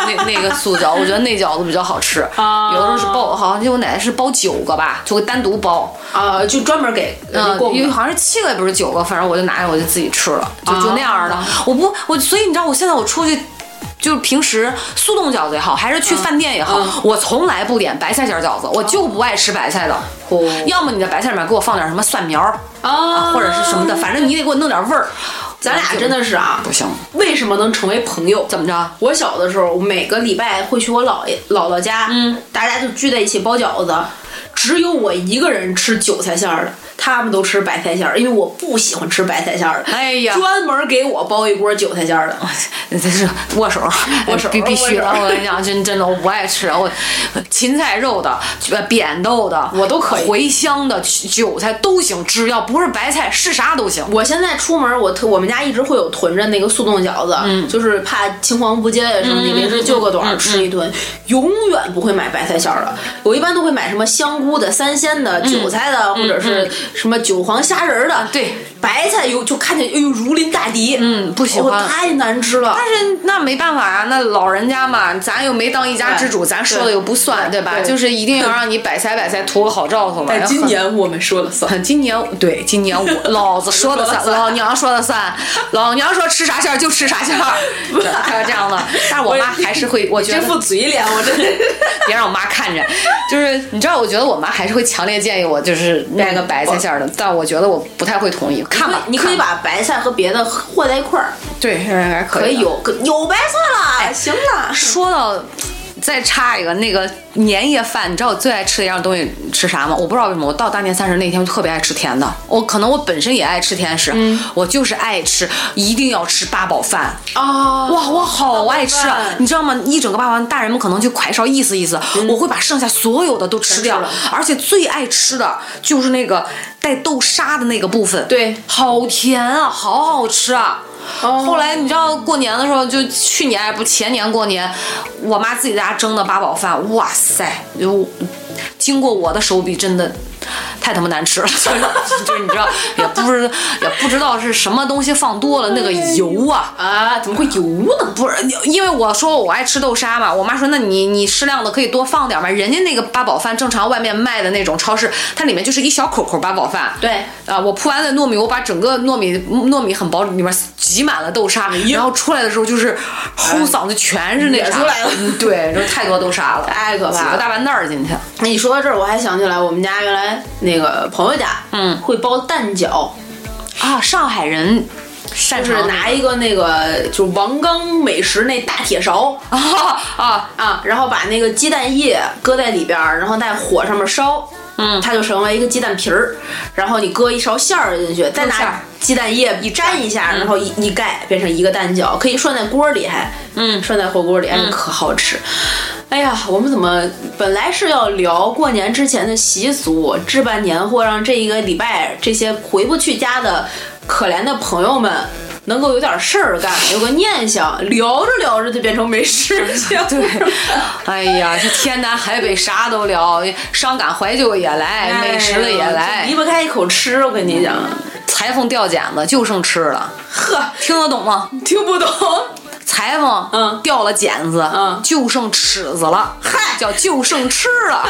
Speaker 3: 那那个素饺，我觉得那饺子比较好吃。有的时候是包，好像就我奶奶是包九个吧，就会单独包。
Speaker 2: 啊、就专门给呃
Speaker 3: 嗯
Speaker 2: 供，的
Speaker 3: 因为好像是七个也不是九个，反正我就拿下我就自己吃了，就
Speaker 2: 啊
Speaker 3: 就那样的。我不我，所以你知道我现在我出去。就是平时速冻饺子也好，还是去饭店也好，
Speaker 2: 嗯
Speaker 3: 我从来不点白菜馅儿饺子，我就不爱吃白菜的。
Speaker 2: 哦
Speaker 3: 要么你的白菜里面给我放点什么蒜苗儿
Speaker 2: 啊
Speaker 3: 或者是什么的，反正你得给我弄点味儿。
Speaker 2: 咱俩真的是啊，
Speaker 3: 不行，
Speaker 2: 为什么能成为朋友？
Speaker 3: 怎么着？
Speaker 2: 我小的时候，每个礼拜会去我姥爷姥姥家，嗯，大家就聚在一起包饺子，只有我一个人吃韭菜馅儿的，他们都吃白菜馅儿，因为我不喜欢吃白菜馅儿的，
Speaker 3: 哎呀
Speaker 2: 专门给我包一锅韭菜馅儿的，
Speaker 3: 这是握手，呃
Speaker 2: 握手
Speaker 3: 必必须的。
Speaker 2: 握手
Speaker 3: 我跟你讲，真真的，我不爱吃，我芹菜肉的、呃扁豆的，
Speaker 2: 我都可以
Speaker 3: 茴香的、韭菜都行，只要不是白菜，是啥都行。
Speaker 2: 我现在出门，我特我们家一直会有囤着那个速冻饺子，
Speaker 3: 嗯
Speaker 2: 就是怕青黄不接呀什么，你临时就个短儿吃一顿，永远不会买白菜馅儿的。我一般都会买什么香菇的、三鲜的、韭菜的，或者是什么韭黄虾仁儿的。
Speaker 3: 嗯对，
Speaker 2: 白菜有就看见哎呦如临大敌，
Speaker 3: 嗯不喜
Speaker 2: 哦
Speaker 3: 欢
Speaker 2: 太难吃了。
Speaker 3: 但是那没办法啊，那老人家嘛，咱又没当一家之主，
Speaker 2: 对
Speaker 3: 咱说的又不算，对吧？
Speaker 2: 对
Speaker 3: 就是一定要让你百财百财，图个好兆头嘛。
Speaker 2: 但
Speaker 3: 要
Speaker 2: 今
Speaker 3: 很
Speaker 2: 年我们说了算，
Speaker 3: 今年对，今年我老子 说的算，
Speaker 2: 说了算
Speaker 3: 老娘说的 算，老娘说吃啥馅儿就吃啥馅儿， 对还有这样的。但是我妈还是会，我觉
Speaker 2: 这
Speaker 3: 得
Speaker 2: 副嘴脸我真的
Speaker 3: 别让我妈看见。就是你知道，我觉得我妈还是会强烈建议我，就是弄个白菜馅儿的，但我觉得我不太会同意。看吧，
Speaker 2: 你可以
Speaker 3: 看吧
Speaker 2: 把白菜和别的和在一块儿，
Speaker 3: 对，还是可
Speaker 2: 可
Speaker 3: 以啊哎
Speaker 2: 以
Speaker 3: 的。
Speaker 2: 有有白菜了，行了。
Speaker 3: 说到再插一个，那个年夜饭，你知道我最爱吃的一样东西吃啥吗？我不知道为什么，我到大年三十那天我特别爱吃甜的。我可能我本身也爱吃甜食，
Speaker 2: 嗯
Speaker 3: 我就是爱吃，一定要吃八宝饭。
Speaker 2: 啊，
Speaker 3: 哇，我好爱吃
Speaker 2: 八
Speaker 3: 啊
Speaker 2: 宝饭！嗯
Speaker 3: 你知道吗？一整个八宝饭，大人们可能就快烧意思意思，我会把剩下所有的都吃掉
Speaker 2: 全吃了
Speaker 3: 而且最爱吃的就是那个带豆沙的那个部分，
Speaker 2: 对
Speaker 3: 好甜啊，好好吃啊！
Speaker 2: 哦
Speaker 3: 后来你知道过年的时候，就去年不前年过年，我妈自己在家蒸的八宝饭，哇塞，就经过我的手笔，真的太他妈难吃了， 就是就是你知道，也不知也不知道是什么东西放多了，那个油啊。
Speaker 2: 啊，怎么会油呢？
Speaker 3: 不是，因为我说我爱吃豆沙嘛，我妈说那你你适量的可以多放点嘛。人家那个八宝饭正常外面卖的那种超市，它里面就是一小口口八宝饭。
Speaker 2: 对
Speaker 3: 啊、我铺完的糯米，我把整个糯米嗯糯米很薄，里面挤满了豆沙，然后出来的时候就是齁嗓子全是那
Speaker 2: 也
Speaker 3: 啥
Speaker 2: 出来了
Speaker 3: 嗯对，就是 太多豆沙了，
Speaker 2: 太可怕了
Speaker 3: 几个大半袋儿进去。
Speaker 2: 那你说到这儿，我还想起来我们家原来那个朋友家，
Speaker 3: 嗯
Speaker 2: 会包蛋饺，
Speaker 3: 啊，上海人擅
Speaker 2: 就
Speaker 3: 长
Speaker 2: 是拿一个那个就是王刚美食那大铁勺
Speaker 3: 啊 啊，
Speaker 2: 啊，然后把那个鸡蛋液搁在里边儿，然后在火上面烧，嗯，它就成为一个鸡蛋皮儿，然后你搁一勺馅儿嗯进去，再
Speaker 3: 馅儿
Speaker 2: 拿鸡蛋液一沾一下，然后一一盖变成一个蛋饺，可以涮在锅里还，嗯，涮在火锅里还可好吃。哎呀，我们怎么本来是要聊过年之前的习俗，置办年货，让这一个礼拜这些回不去家的可怜的朋友们。能够有点事儿干，有个念想，聊着聊着就变成没事情了。
Speaker 3: 对，哎呀，这天南海北啥都聊，伤感怀旧也来，美食的也
Speaker 2: 哎呦
Speaker 3: 来嗯
Speaker 2: 离，不开一口吃。我跟你讲，
Speaker 3: 裁缝掉剪子就剩吃了，
Speaker 2: 呵，
Speaker 3: 听得懂吗？
Speaker 2: 听不懂。
Speaker 3: 裁缝
Speaker 2: 嗯
Speaker 3: 掉了剪子，
Speaker 2: 嗯
Speaker 3: 就剩尺子了，嗨，叫就剩吃 了，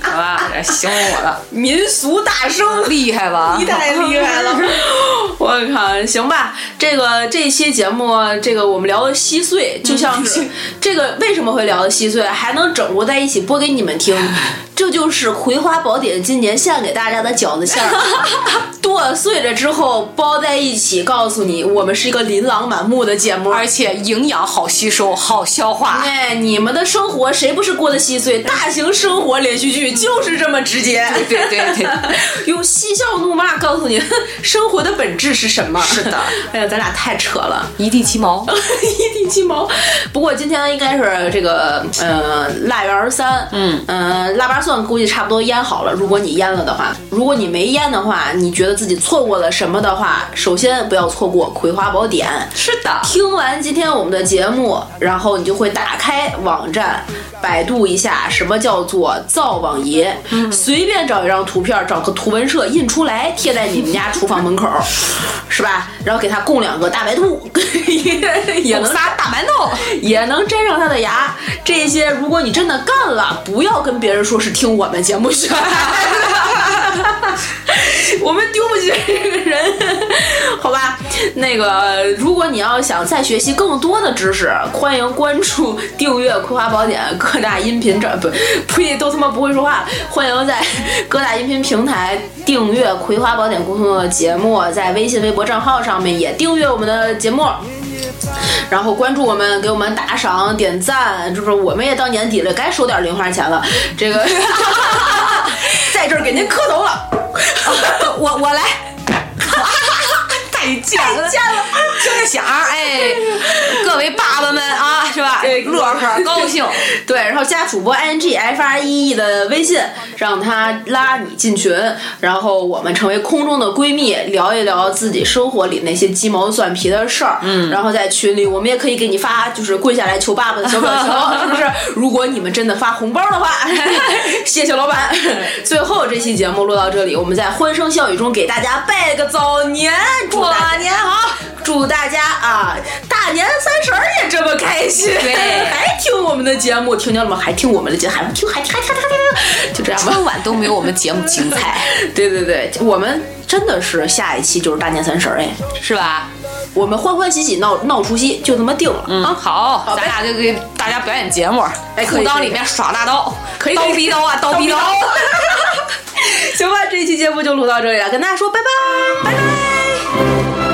Speaker 3: 好吧，这形容我的
Speaker 2: 民俗大生，
Speaker 3: 厉害吧？
Speaker 2: 你太厉害了。 我靠，行吧，这个这一期节目，这个我们聊的稀碎，就像嗯是、这个为什么会聊的稀碎，还能整合在一起播给你们听， 这就是《葵花宝典》今年献给大家的饺子馅 儿，剁碎了之后包在一起，告诉你我们是一个琳琅满目的节目，
Speaker 3: 而且营养好吸收，好消化。
Speaker 2: 哎，你们的生活谁不是过得稀碎？大型生活连续剧就是这么直接，
Speaker 3: 对对对，
Speaker 2: 用嬉笑怒骂告诉你呵生活的本质是什么。
Speaker 3: 是的，
Speaker 2: 哎呀，咱俩太扯了，
Speaker 3: 一地鸡毛。
Speaker 2: 一地鸡毛。不过今天应该是这个呃腊月二十三，
Speaker 3: 嗯
Speaker 2: 呃腊八蒜估计差不多腌好了。如果你腌了的话，如果你没腌的话，你觉得自己错过了什么的话，首先不要错过《葵花宝典》。
Speaker 3: 是的，
Speaker 2: 听完今天我们的节目，然后你就会打开网站，百度一下什么叫做灶王爷，
Speaker 3: 嗯
Speaker 2: 随便找一张图片，找个图文社印出来，贴在你们家厨房门口， 是吧？然后给它供两个大白兔， 也也能
Speaker 3: 仨大馒头。
Speaker 2: 也能粘上他的牙。这些如果你真的干了，不要跟别人说是听我们节目 学的。 我们丢不起这个人，好吧？那个，如果你要想再学习更多的知识，欢迎关注、订阅《葵花宝典》各大音频这不呸，都他妈不会说话。欢迎在各大音频平台订阅《葵花宝典》公众的节目，在微信、微博账号上面也订阅我们的节目。然后关注我们，给我们打赏、点赞，就是我们也到年底了，该收点零花钱了。这个 在这儿给您磕头了，
Speaker 3: 我 我来，太贱了，
Speaker 2: 哎见了。
Speaker 3: 听个响儿，哎， 各位爸爸们啊，是吧
Speaker 2: 对？
Speaker 3: 乐 呵，高兴。
Speaker 2: 对，然后加主播 i n g f r e e 的微信，让他拉你进群，然后我们成为空中的闺蜜，聊一聊自己生活里那些鸡毛蒜皮的事儿。嗯，然后在群里，我们也可以给你发，就是跪下来求爸爸的小 表情，是不是？如果你们真的发红包的话， 谢谢老板。 最后这期节目录到这里，我们在欢声笑语中给大家拜个早年，祝大年好，祝大家啊大年三十儿也这么开心。
Speaker 3: 对
Speaker 2: 还听我们的节目，听见了吗？还听我们的节目，还听还听还听还听还听，就这样吧。
Speaker 3: 春晚都没有我们节目精彩，
Speaker 2: 对对对，我们真的是下一期就是大年三十儿哎，
Speaker 3: 是吧？
Speaker 2: 我们欢欢喜喜闹闹除夕，就这么定了、
Speaker 3: 嗯，
Speaker 2: 啊。
Speaker 3: 好，
Speaker 2: 好
Speaker 3: 咱俩就给大家表演节目，
Speaker 2: 哎可
Speaker 3: 裤
Speaker 2: 以
Speaker 3: 裆
Speaker 2: 可以
Speaker 3: 里面耍大刀，
Speaker 2: 可以
Speaker 3: 刀
Speaker 2: 可以
Speaker 3: 逼刀啊，刀逼刀。
Speaker 2: 行吧，这一期节目就录到这里了，跟大家说拜拜，拜拜。